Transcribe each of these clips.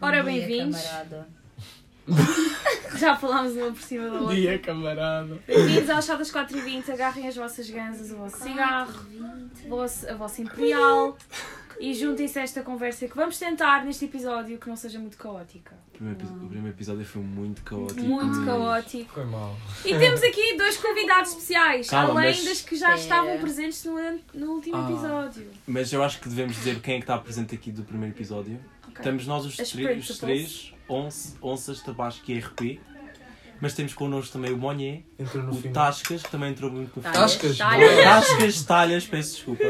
Ora, Bom dia, bem-vindos. camarada. Já falámos uma por cima da Bom outra. dia, camarada. Bem-vindos ao chá das 4h20. Agarrem as vossas ganzas, o vosso cigarro, o vosso- a vossa imperial e juntem-se a esta conversa que vamos tentar neste episódio que não seja muito caótica. O primeiro, epi- o primeiro episódio foi muito caótico. Muito mesmo. caótico. Foi mal. E temos aqui dois convidados especiais, Calma, além mas- das que já É. estavam presentes no, an- no último Ah. episódio. Mas eu acho que devemos dizer quem é que está presente aqui do primeiro episódio. Ok. Estamos nós os, As tri- os principals. três, once, Onças, Tabasco e RP. Mas temos connosco também o Monnier, Entrou no o final. Tascas, que também entrou muito no final. Talhas, Tascas, talhas. Tascas, Talhas, peço desculpa.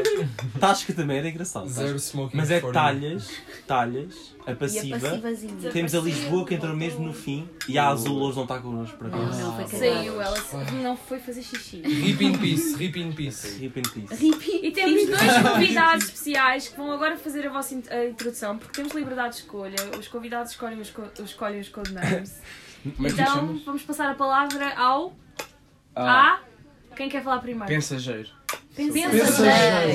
Tasca também era engraçado. Zero Tasca. smoking Mas é for you. Talhas, Talhas, E a a é passiva. passivazinha. Temos a Lisboa que entrou mesmo no fim e a Azul hoje não está connosco para Não, Ah. nós. não, foi Saiu, ela não foi fazer xixi. Rip in peace, rip in peace. Rip in peace. E temos é dois convidados especiais que vão agora fazer a vossa in- a introdução, porque temos liberdade de escolha. Os convidados escolhem os, co- escolhem os codenames. Como é que Então, vamos passar a palavra ao. Ah. A. Quem quer falar primeiro? Pensageiro. Pensa. Pensageiro.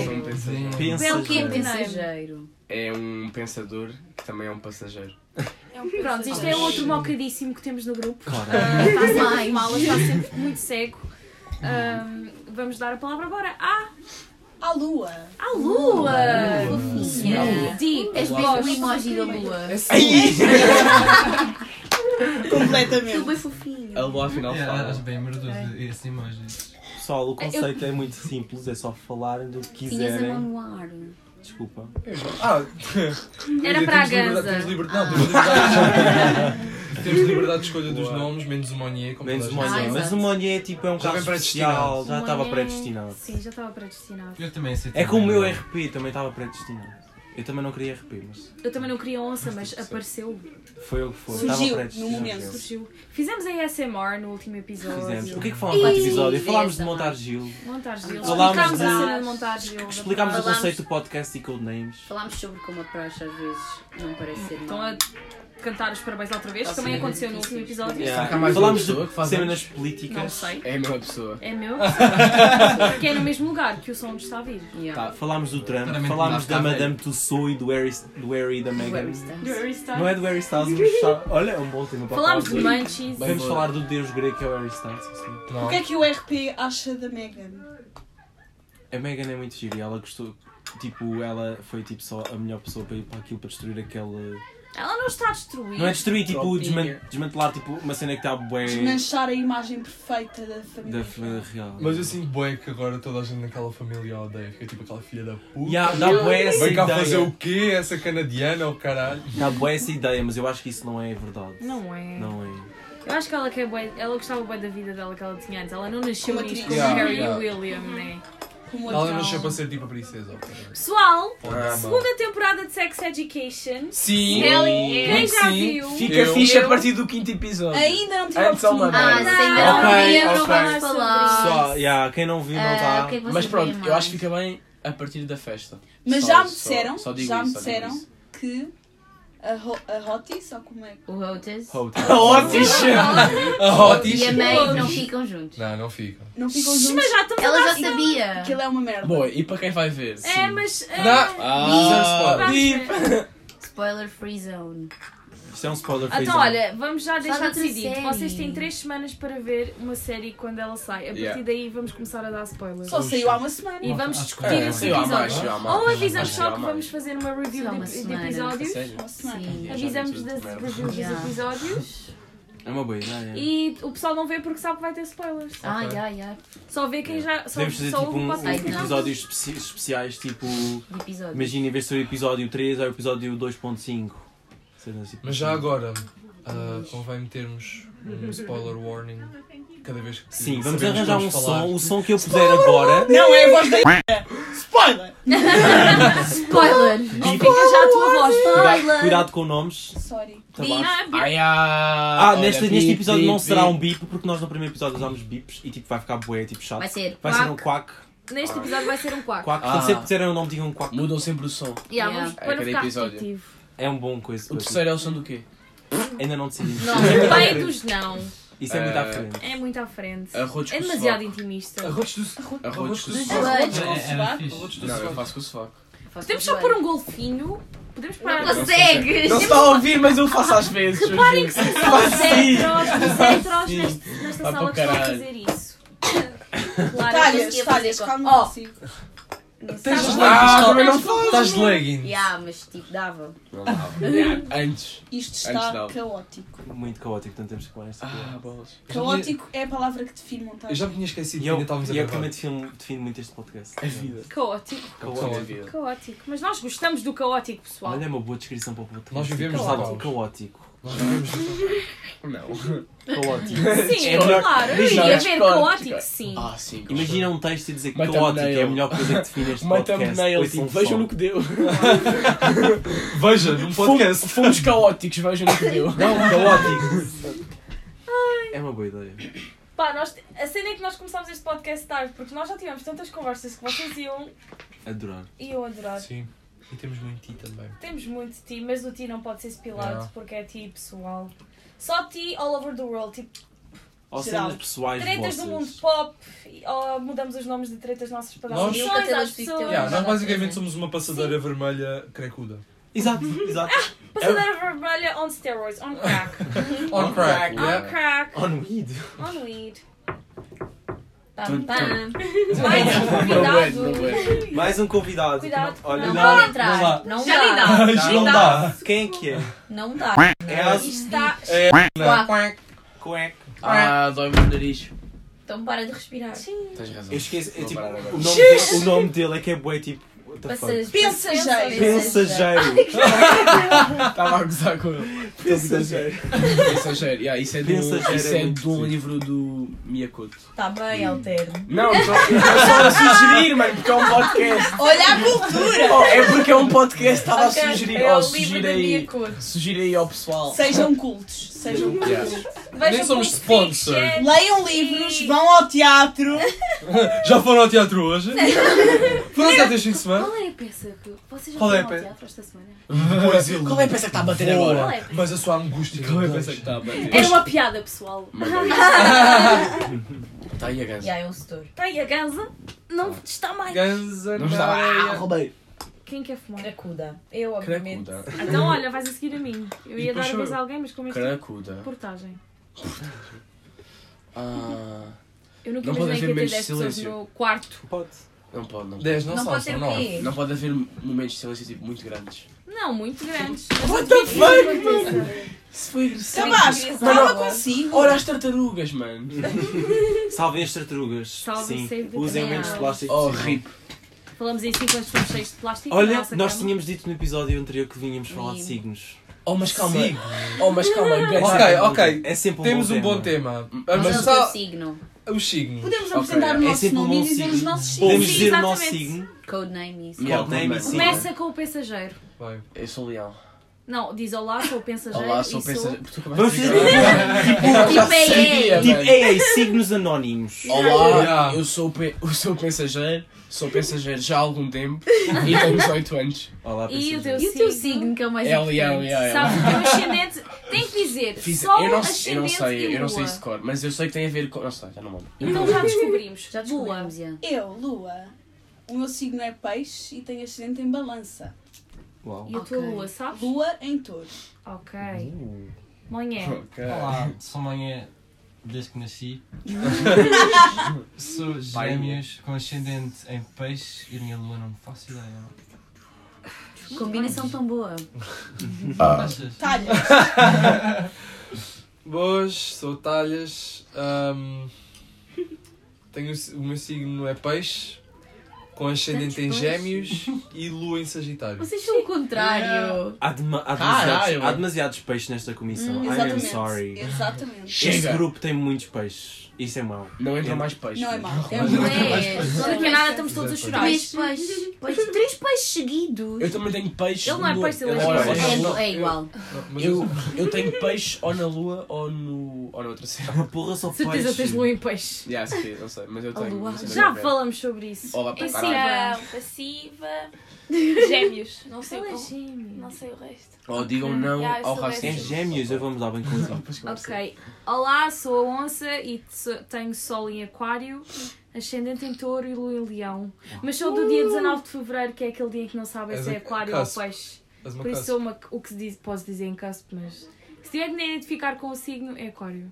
Sou um pensageiro. Pensa, Pelo que é gente. Mensageiro. É um pensador que também é um passageiro. Pronto, isto é outro mocadíssimo que temos no grupo. Ora, Ah, Está sempre Mais. mal, está sempre muito cego. Hum. Ah, vamos dar a palavra agora à, À lua. à Lua! Fofinha. Dicas, És bem o gostos. emoji da lua. Tudo Completamente. bem fofinho. A lua afinal Eras fala. É, bem merdoso É. essa imagem. pessoal, o conceito é muito simples, é só falarem do que Tinhas um a mão quiserem. no ar. Desculpa. Ah, Era para a liberdade, temos Ganza. liberdade, não, temos liberdade. temos liberdade de escolha dos nomes, menos o Monier. como Menos o toda a gente Monnier. Ah, Mas exato. o Monnier tipo, é um Já caso vem especial, predestinado. já estava Mulher- predestinado. é- Sim, já estava predestinado. sabe. Eu também aceito. É como o meu RP também estava predestinado. Eu também não queria RP, mas Eu também não queria onça, mas apareceu. foi o que foi. Surgiu estava no predestinado. momento. surgiu. Fizemos a ASMR no último episódio. Fizemos. O que é que falámos neste episódio? Falámos de montar Gil, Montar Gil. Falámos Explicámos a de- cena de montar Gil. explicámos o Falámos- conceito do podcast e codenames. Falámos sobre como a prancha às vezes não parece ser Estão mal. a cantar os parabéns outra vez, que também sim. aconteceu no último episódio. Ah, Yeah. Há mais Falámos uma pessoa que de faz cenas Não políticas. sei. É a mesma pessoa. É meu? Porque é no mesmo lugar que o som está a vir. Yeah. Tá, falámos do Trump, Claramente falámos não da está Madame Tussauds e do Harry, do Harry e da Where Meghan. is that? Não é do Harry Styles, mas sabe- olha, é um bom tema para Falámos de falar. Munchies. Podemos falar do deus grego que é o Harry Styles. Assim. O que é que o RP acha da Megan? A Megan é muito gira e ela gostou. Tipo, ela foi tipo, só a melhor pessoa para ir para aquilo para destruir aquele. Ela não está a destruir. Não é destruir, tipo, Tropinha. desman- desmantelar tipo, uma cena que está bué Desmanchar a imagem perfeita da da família. f- real. Mas eu sinto bué que agora toda a gente naquela família odeia. Fica tipo aquela filha da puta. Yeah, dá bué essa Vem cá fazer o ideia. quê? Essa canadiana ou caralho? Dá bué essa ideia, mas eu acho que isso não é verdade. Não é. Não é. Eu acho que ela, quer bué- ela gostava bem da vida dela que ela tinha antes. Ela não nasceu Uma nisto atriz. como Yeah, Harry yeah. e William, né? Como Ela outra. nasceu para ser tipo a princesa ou caralho. Pessoal, Ah, segunda temporada de Sex Education. Sim! Ellie, quem já Sim. viu? Fica Eu- fixe eu- a partir do quinto episódio. Ainda não tive a Antes ao oportunidade. Ah, Madeira. sim, Não, não Ok, vi, não ok. vamos Ah, falar. Só, yeah, quem não viu não tá. Ah, está. o que é que vocês Mas veem pronto, eu mais? acho que fica bem a partir da festa. Mas Só- já me só- disseram, só digo já me isso, só digo disseram isso. que a, Ro a Hottie, só como é que... O Otis Ah, Hotel. A Otis! e a May não ficam juntos. Não, não fica. Não ficam juntos, Mas já estamos Ela a já dar- sabia. aquilo é uma merda. Boa, e para quem vai ver? É, mas. é, Então, Não. Ah, vamos ver. Spoiler free zone. Isto é um spoiler face. Então, olha, vamos já deixar outra decidido. série. Vocês têm três semanas para ver uma série quando ela sai. A partir Yeah. daí vamos começar a dar spoilers. Só saiu há uma semana. E vamos Acho que- discutir É, esse saiu há mais, episódio. saiu há mais. Ou avisamos Acho que é só saiu há que mais. vamos fazer uma review Só uma de, de semana. episódios. Sério? Uma semana. Sim. Avisamos tudo, das merda. reviews Yeah. dos episódios É uma boa ideia. e o pessoal não vê porque sabe que vai ter spoilers. Ai, ai, ai. Só vê quem já. Só, Podemos fazer só tipo ouve o um, um podcast. não. episódios especi- especiais, tipo. De episódio. Imagina, em vez de ser o episódio 3, é o episódio 2.5. Cenas assim. Mas já agora, ah, convém metermos um spoiler warning cada vez que Sim, sabemos vamos que arranjar um vamos falar. som. O som que eu puser agora. Não é a voz da... Spoiler! Spoiler! Não fica já a tua voz. Cuidado, cuidado com nomes. Sorry. tá Não, baixo. é porque- Ai, ah, Ah, olha, neste, bip, neste episódio bip, não será bip. um bip, porque nós no primeiro episódio usámos bips e tipo vai ficar bué, tipo chato. Vai ser. Vai ser um quack. Neste episódio vai ser um quarto. Quack. Ah. Quando sempre disserem o nome, digam um quack. Mudam sempre o som. Yeah, Yeah. Vamos para não cada ficar É, episódio. repetitivo. É um bom coisa. O terceiro é o som do quê? Ainda não decidimos. Não, peidos não. Isso é muito à Eh, frente. É muito à frente. Arrotos É com demasiado sovaco. Ah, intimista. Arrotos do Arrotos com Arrotos sovaco. Todos com sovaco. Arrotos do Não, eu sovaco. faço com o sovaco. Faço Podemos só muito pôr bem. um golfinho. Podemos parar. é Não Consegues! Não se está a ouvir, mas eu faço às vezes. eu Reparem que juro. são só os Sim. heteros, os heteros é Sim. neste- nesta Ah, sala pô, que estão a caralho. fazer isso. é Claro, eu Talhas, conseguia talhas, fazer calma igual. assim. Tens Tá leggings, bom. Ah, calma. também não faz. Estás de é? Oh, leggings. yeah, mas tipo, dava. Não dá. Antes. Isto Antes está não. caótico. Muito caótico, portanto temos que pôr esta Ah, piada. bolas. Caótico é a palavra que define Eu montagem. já me tinha esquecido E que eu, ainda estávamos a e é eu gravar. É também defino, defino muito este podcast. A vida. Caótico, Só a vida. caótico. Mas nós gostamos do caótico, pessoal. Olha, é uma boa descrição para o podcast. Nós vivemos no Estado caos. caótico. Nós vivemos Não. Caótico. Sim, É melhor- claro. Eu Não, iria ver discordo, caótico, discordo. sim. Ah, sim. gosto. Imagina um texto e dizer que Uma caótico é a thumbnail. melhor coisa que define este Uma podcast. thumbnail, Ouçam só. tipo, Um vejam no que deu. Veja, num podcast. Fomos, fomos caóticos, vejam no que deu. Não, caótico. É uma boa ideia. Pá, nós, a cena é que nós começámos este podcast tarde, porque nós já tivemos tantas conversas que vocês iam, Adorar. iam adorar. Sim. E temos muito ti também. Temos muito de ti, mas o ti não pode ser espilado, Yeah. porque é ti pessoal. Só ti all over the world, tipo, Ou Geral. cenas pessoais tretas do mundo vossas. pop, e- ou mudamos os nomes de tretas nossas para dar Nós- opções Nunca às te pessoas. elas Yeah, Não, nós não, basicamente não. somos uma passadeira vermelha crecuda. Exato, exato. Passadeira vermelha on steroids, on crack. On crack, on yeah. crack, On weed. on weed. Pam, pam. Mais um é, convidado. não é. Mais um convidado. Cuidado, Olha, Não não, pode não, entrar. dá. Não Já nem dá. dá. Isto nem não dá. dá. Quem é que é? Não dá. É a Isto está Quá. cueca. Ah, dói-me o nariz. Então para de respirar. Tá Tens razão. Eu esqueço. É, Vou tipo, parar agora. o, nome dele, o nome dele é que é bué tipo. What the fuck? Passas- Pensageiro. Pensageiro. Estava a gozar com ele. Pensageiro. Pensageiro, yeah, isso é de um, Pensageiro isso é é muito de um giro. livro do Miyakoto. Está Tá bem, Alterno. Não, só, só a sugerir, mano, porque é um podcast. Olha a cultura! Oh, é porque é um podcast, estava Ok, a sugerir. é o Oh, livro sugira da minha aí, cor. sugira aí ao pessoal. Sejam cultos, sejam cultos. Yeah. Vejam somos Pulp sponsor. Fiction. Leiam livros, vão ao teatro. Já foram ao teatro hoje? Foram ao teatro este fim de semana? Qual é a peça que vocês já Qual é a foram ao peça? teatro esta semana? Pois ele. Qual é a peça que está a bater agora? Qual é a peça? Mas a sua angústia. Qual é a peça que está a bater? Era uma piada, pessoal. Está Tá aí a ganza. E aí é um setor. Tá aí a ganza. Não Ah. está mais. Ganza Não na estava. Ah, areia. roubei. Quem quer fumar? Cracuda. Eu, obviamente. Cracuda. Então, olha, vais a seguir a mim. Eu E ia dar a puxa- vez a alguém, mas como é que é Cracuda. reportagem? Ah. Eu nunca Não pode imaginei que ia haver ter 10 momentos de pessoas silêncio. no quarto. Pode. Não pode, não. 10 não, Não são, pode ser são o 9. quê? Não pode haver momentos de silêncio tipo, muito grandes. Não, muito grandes. What the fuck, Isso foi Então agressivo. Tabasco, fala Mano, consigo. Ora as tartarugas, mano. Salvem as tartarugas. Salvem Sim. sempre Usem também. menos plástico. Oh, possível. rip. Falamos em 5 anos estamos cheios de plástico. na Olha, nossa nós cama. tínhamos dito no episódio anterior que vinhamos falar de Sim. signos. Oh, mas calma. Sim. Oh, mas calma. ganza. Ok, ok. É sempre um Temos bom um bom tema. tema. Mas Vamos é o teu começar signo. os signos. Podemos apresentar Ok, o É nosso sempre um nome bom e dizer signo. os nossos Podemos Sim, signos. dizer o nosso exatamente. signo. Codename isso. Yeah. Codename e Começa- signo. Começa com o pensageiro. Vai. Eu sou o leão. Não, diz olá, sou o pensageiro. Olá, sou e o pensageiro. Vamos Tipo, é, é. Tipo, ei, ei, signos anónimos. Olá, Yeah. eu sou o, pe... eu sou o pensageiro. Sou pensageiro já há algum tempo e tenho 18 anos. Olá, E o teu E o teu signo que é o mais É o leão, importante? yeah, Sabes, yeah. o teu ascendente. Tem que dizer. Fiz- Sol, eu, não, eu não ascendente sei, e eu não sei lua. isso de cor, mas eu sei que tem a ver com. Não sei, já não me lembro. Então já descobrimos. Já descobrimos, é. já. Eu, Lua, o meu signo é peixe e tenho ascendente em balança. Uau. E a tua Ok. lua, sabes? Lua em touro. Ok. Uh. Manhã. Ok. Olá, sou manhã desde que nasci. sou Pai. gêmeos com ascendente em peixe e a minha lua não me faço ideia. Combinação tão boa. Achas? Talha, Boas, sou Talhas. ahm, tenho, o meu signo é peixe, com ascendente em Tantos gêmeos e lua em sagitário. Vocês são o contrário. Há, dema- há Caralho, demasiados, há mano. demasiados peixes nesta comissão. I am Hum, exatamente. sorry. Exatamente. Este Chega! grupo tem muitos peixes. Isso é mau. Não entra mais peixe. Não é mau. É Não um é? Não tinha nada, estamos todos a chorar. Três peixes. Peixe- Três peixes seguidos. Eu também tenho peixe. Ele não é no- peixe, ele é Ora, peixe. eu- É, é igual. Não, mas Eu, eu- eu tenho peixe ou na lua ou no. ou na outra cena. Uma porra só Certeza peixe. tens um lua em peixe. Yeah, sim, não sei, mas eu tenho. lua. não sei Já bem o que é. falamos sobre isso. Olá para caralho. Passiva, Então, passiva, gêmeos, não sei, Ela é o- gêmea. não sei o resto. Ou digam não Yeah, eu ao sou É racismo. gêmeos, eu vamos dar bem contigo. Ok. Olá, sou a onça e te- tenho sol em aquário, ascendente em touro e lua em leão. Mas sou do dia 19 de fevereiro, que é aquele dia em que não sabem És se é a- aquário ou Cássio. peixe. És uma Por isso casa. sou uma, o que se diz, posso dizer em cusp, mas. Se tiver de me identificar com o signo, é aquário.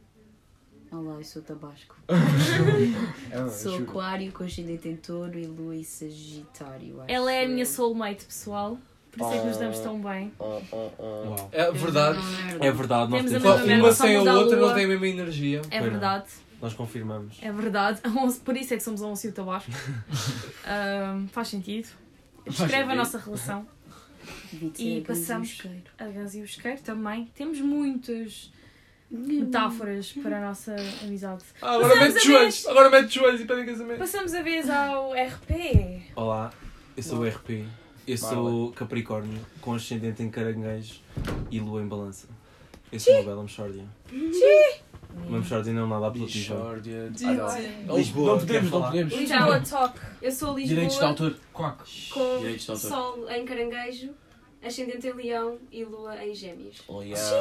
Olá, eu sou Tabasco. Ah, Sou juro. aquário, com ascendente em touro e lua e sagitário. acho Ela é a minha eu. soulmate, pessoal. Por isso é que nos damos tão bem. Ah, ah, ah. Uau. É verdade. É verdade, nós Temos a mesma Só temos. merda, uma só sem a muda a outra lua. não tem a mesma energia. É Pois não. verdade, Nós confirmamos. é verdade. A onze- Por isso é que somos a Once e o Tabasco. Ahm, faz sentido. Descreve a sentido. nossa relação. É E passamos. A Gans e o Isqueiro também. Temos muitas metáforas para a nossa amizade. Ah, agora Passamos mete os a vez. joelhos. Agora mete os joelhos e pede casamento. Passamos a vez ao RP. Olá, eu sou o RP. Eu sou Capricórnio, com ascendente em caranguejo e lua em balança. Eu sou uma bela Mexórdia. Uma Mexórdia não é nada apelativa. Bichórdia. Sim, Ah, sim. não. Lisboa, Não podemos, quer não falar? podemos. Lisboa Talk. Eu sou Lisboa Direitos de autor. Quack. com Direitos de autor. Sol em caranguejo, ascendente em leão e lua em gêmeos. Oh, Isso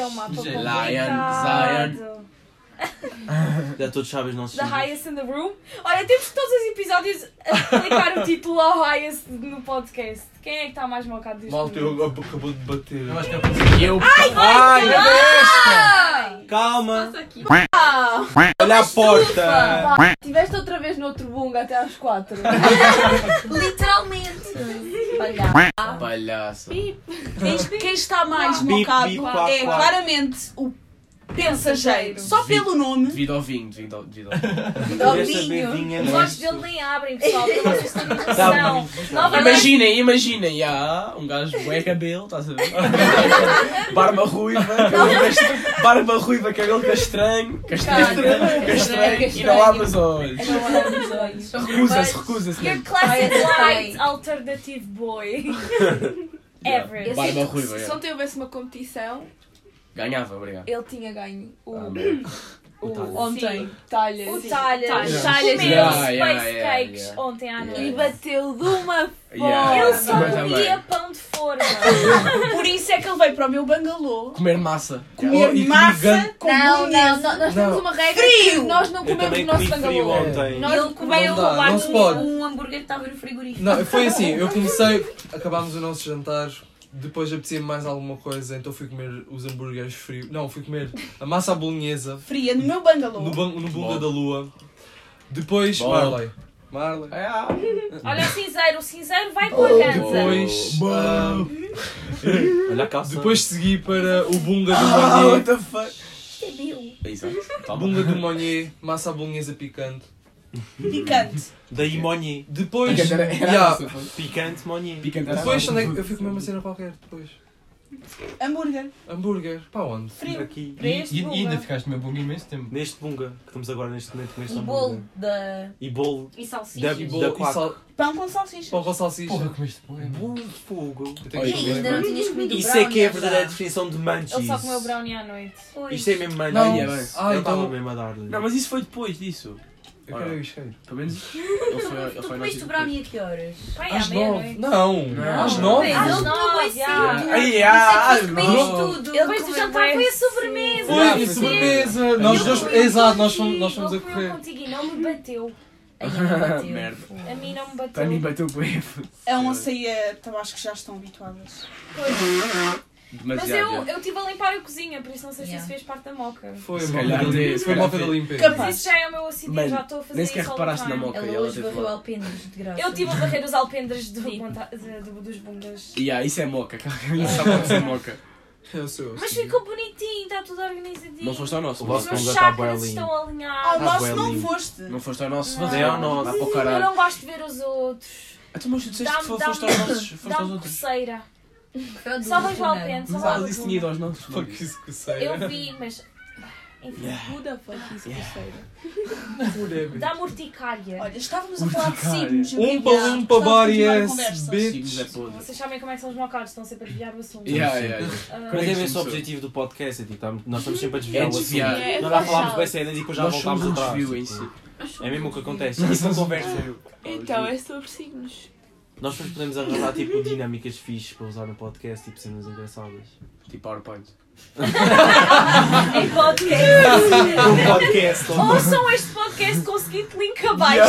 é um mapa Zion, complicado. Já todos sabem os nossos The signos. Highest in the Room. Olha, temos todos os episódios a explicar o título ao Highest no podcast. Quem é que está mais malcado disto? Malta, eu ab- acabou de bater. Eu acho que é Eu. Ai, Ah! Calma! Olha a porta! Tiveste outra vez no outro bunga até às quatro. Literalmente. Palhaço. Quem- Quem está mais Bip, mocado bip, quá, é quá. claramente o pensageiro. Só Vi- pelo nome. Devido ao vinho, devido ao, devido ao vinho. Esta bebinha Os não é olhos dele nem abrem, pessoal, porque vocês estão na Tá noção. Nova Imaginem, imaginem, há um gajo bué cabelo, estás a ver? Barba ruiva, cabelo cast- barba ruiva, cabelo castanho, castanho, Castanho. castanho, e não abre os olhos. É Recusa-se, recusa-se. Your mesmo. classic Vai, vai. light alternative boy. Ever. Barba Sinto que ruiva, Se é. ontem houvesse uma competição, Ganhava, obrigado. ele tinha ganho o, Ah, o, Talhas. ontem. Talhas. O Talhas. Talhas. Talhas comeu Yeah, space yeah, yeah, cakes yeah. ontem à noite. E bateu de uma Yeah. Ele só Mas também. comia pão de forma. Por isso é que ele veio para o meu bangalô Comer massa. comer Oh, e que massa gigante. com Não, não, bolonhesa. no- nós temos Não. uma regra que Frio. nós não Eu comemos também o nosso comi frio bangalô. ontem. Nós Ele comeu Não dá, roubar não se pode. Um hambúrguer que estava no frigorífico. Não, foi assim, eu comecei, acabámos o nosso jantar, depois apetecia-me mais alguma coisa, então fui comer os hambúrgueres frios. Não, fui comer a massa à bolonhesa Fria no meu bangalô. no, ban- no Bunga da Lua. Depois, Bom. Marley. Marley. Olha o cinzeiro, o cinzeiro vai com a ganza. Depois, Bom. ah, Olha a calça. depois segui para o Bunga do Monier. the fuck? é Exato. Calma. Bunga do Monier, massa à bolonhesa picante. Picante. Daí Monnier. Depois, Picante era- era yeah, massa, foi. Picante Monnier. Picante era depois massa. onde é que eu fui comer uma cena qualquer? Depois, Hambúrguer. hambúrguer, para onde? Frio. né? Aqui. Para este E, e- e ainda Bunga. ficaste no meu bunga imenso tempo. Neste bunga, que estamos agora neste momento com este E bolo da... E bolo. E Da- salsicha. E da bolo Tipo, e quack. sal, Pão com salsicha. pão com salsicha. Porra, comeste porra. Bolo de fogo. Eu Olha, E tenho que ainda comer. não tinhas comido Isso é que é a brownies, verdadeira já. definição de munchies. Ele só comeu brownie à noite. Pois. assim, Isto é mesmo munchies. Não. Ah, Ah, então- estava mesmo a dar-lhe. Não, mas isso foi depois disso. Eu quero ir cheiro. Pelo menos ele foi, tipo- ele Tu foi comeste o brownie a que horas? Vai à Às nove. meia-noite. Ah, Não, Não. às nove. Mas ele Às tomou nove, assim, esse já. tudo. Ai, Ah, ai, comeste não. tudo. Depois do jantar foi a sobremesa. Já, Foi, foi e sobremesa. sim. Nós Eu dois, fui exato, nós fomos, nós fomos a Ele comeu correr. contigo e não me bateu. Ai, não bateu. Merda. A mim não me Para Tá, mim bateu. bateu o erro. É um açaí a tabasco que já estão habituadas. Mas eu, eu estive a limpar a cozinha, por isso não sei se Yeah. isso fez parte da moca. Foi, Se uma calhar malta fez, da- se foi calhar malta da fez. limpeza. Mas isso já é o meu acidente, Mano, já estou a fazer nem sequer isso all reparaste the na time. moca. Ela Ela hoje teve varreu lá. alpendres de graça. Eu estive a barrer os alpendres do monta- de- do- dos bungas. Yeah, isso é moca, cara. Isso só pode ser moca. Eu sou eu. Mas ficou bonitinho, está tudo organizadinho. Tipo. Não foste ao nosso. tá O Os Vasco. Bunga meus está chakras bem estão Ao alinhados. nosso bem não lindo. foste. Não foste ao nosso. Não. Vasco. Vá para o Eu caralho. não gosto de ver os outros. Ah, tu, mas tu disseste que Dá-me- fo- foste aos dá-me- nossos. Foste aos Dá-me um outros. coceira. Foi ao Só do Uhum. vejo lá Funan. dentro, só Mas lá ela o disse que tinha ido Funan. aos nossos. não Fuck disse. isso que sei. Eu vi, mas. Enfim, Buda, fuck isso, parceiro. dá-me urticária. Olha, estávamos a falar de signos. Um balão para várias Signos é bitch. podre. Vocês sabem como é que são os mocados, estão sempre a desviar o assunto. Yeah, yeah, yeah. Ah, Mas é mesmo Sim, o sim. objetivo do podcast, é tipo, tam- nós estamos sempre a desviar É o assunto. desviar. É, é Nós já falámos relaxado. bem cedo e depois já Nós voltámos somos um atrás. desvio em tipo. si. um É mesmo o que acontece. Isso não conversa. Então Tipo, é sobre signos. Nós depois podemos arranjar tipo dinâmicas fixes para usar no podcast, tipo cenas engraçadas. Tipo PowerPoint. Em podcast. Um podcast. Ouçam este podcast com o seguinte link abaixo.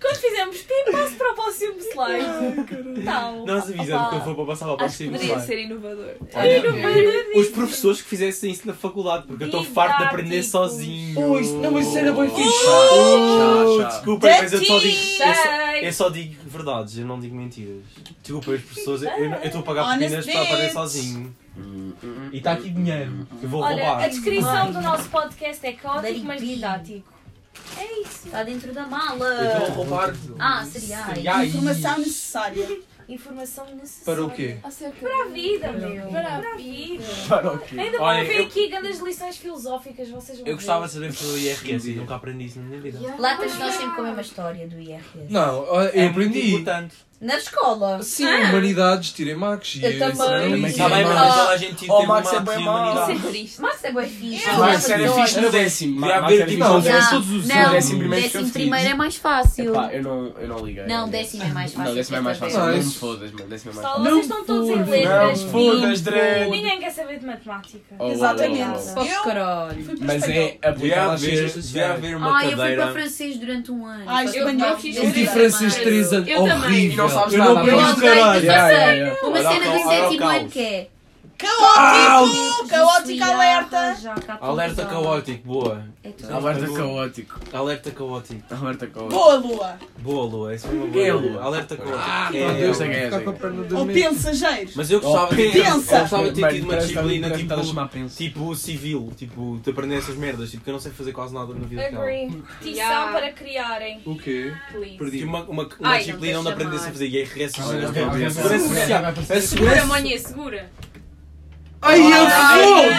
Quando fizer dizemos, Pi, passo para o próximo slide. Então, Nós avisamos opá, quando for para passar para o Acho que próximo poderia slide. ser inovador. Olha, é, inovador Os professores que fizessem isso na faculdade, porque eu estou farto de aprender Didáticos. sozinho. Ui, isso- não, mas isso é era bem oh, fixe. Oh, Já, já. Desculpa, mas eu só digo. Eu só, Sei. eu só digo verdades, eu não digo mentiras. Desculpa, os professores, eu eu estou a pagar Honest meninas para aprender bitch. sozinho. E está aqui dinheiro, eu vou Olha, a roubar. descrição do nosso podcast é caótico, Let mas it be. didático. É isso. Está dentro da Eu mala. estou a roubar. Ah, cereais. Cereais. Informação necessária. Informação necessária. Para o quê? Tá Para a vida, meu. Para a vida. Para o quê? Ainda Olha, vão ver eu- aqui grandes lições filosóficas, vocês vão Eu gostava ver. de saber pelo IRS e nunca aprendi isso na minha vida. Tá Latas nós sempre com a mesma história do IRS. Não, ó, eu É muito aprendi. importante. Na escola. Sim, humanidades, tirei Max e é Eu também. também. Está Tá bem, mas Ah. toda a gente teve Oh, uma Max é arte bem e mau. humanidade. Max é bem fixe. Mas Max era adoro. fixe no décimo. Devia Max haver, era tipo, fixe no um- décimo. Já. todos os Não, décimo décimo, primeiro fica primeiro feliz. é mais fácil. Epá, eu não, eu não liguei. Não, décimo é mais fácil. Não, décimo é mais fácil. Não, Não, me isso- fodas, mano. Décimo é mais Só fácil. vocês estão todos em letras. Não, fodas, pinto. dread. Ninguém quer saber de matemática. Oh, oh, oh, oh. Exatamente. Só Eu- caralho. Fui para Mas é Devia aplicar às haver, ciências devia sociais. haver uma Ah, eu fui para cadeira. francês durante um ano. Ai, Só eu- tomava eu fiz dois de a francês mais. 3 anos. Eu também. Horrível. E não sabes eu nada. não aprendi Eu odeio caralho. isso. Olha Uma o cena do caos, olha o sétimo ano caos. que é. Caótico! Caótico alerta! Alerta caótico, boa. É tudo. Alerta caótico. Alerta caótico. Alerta caótico. Boa, Lua! Boa, Lua, isso foi uma Quem é boa. Lua? Lua. Alerta caótico. Ah, É, meu Deus, é, eu é, vou ficar é. com a perna Ou dormida. pensageiros! Mas eu gostava de ter, eu pensa! gostava de ter tido uma Parece que tá disciplina parece que estás a tipo, chamar pensa. tipo civil, tipo, de aprender essas merdas, tipo, que eu não sei fazer quase nada na vida real. Agree. Tição Yeah. para criarem, O quê? please. Tipo, Perdi. uma, uma, uma Ai, disciplina não onde me aprendesse a fazer é IRS e Ah, cenas não, de não, A não, segurança não, social. não, não, A é Segura, segurança. Monha, segura. Ai, eu sou!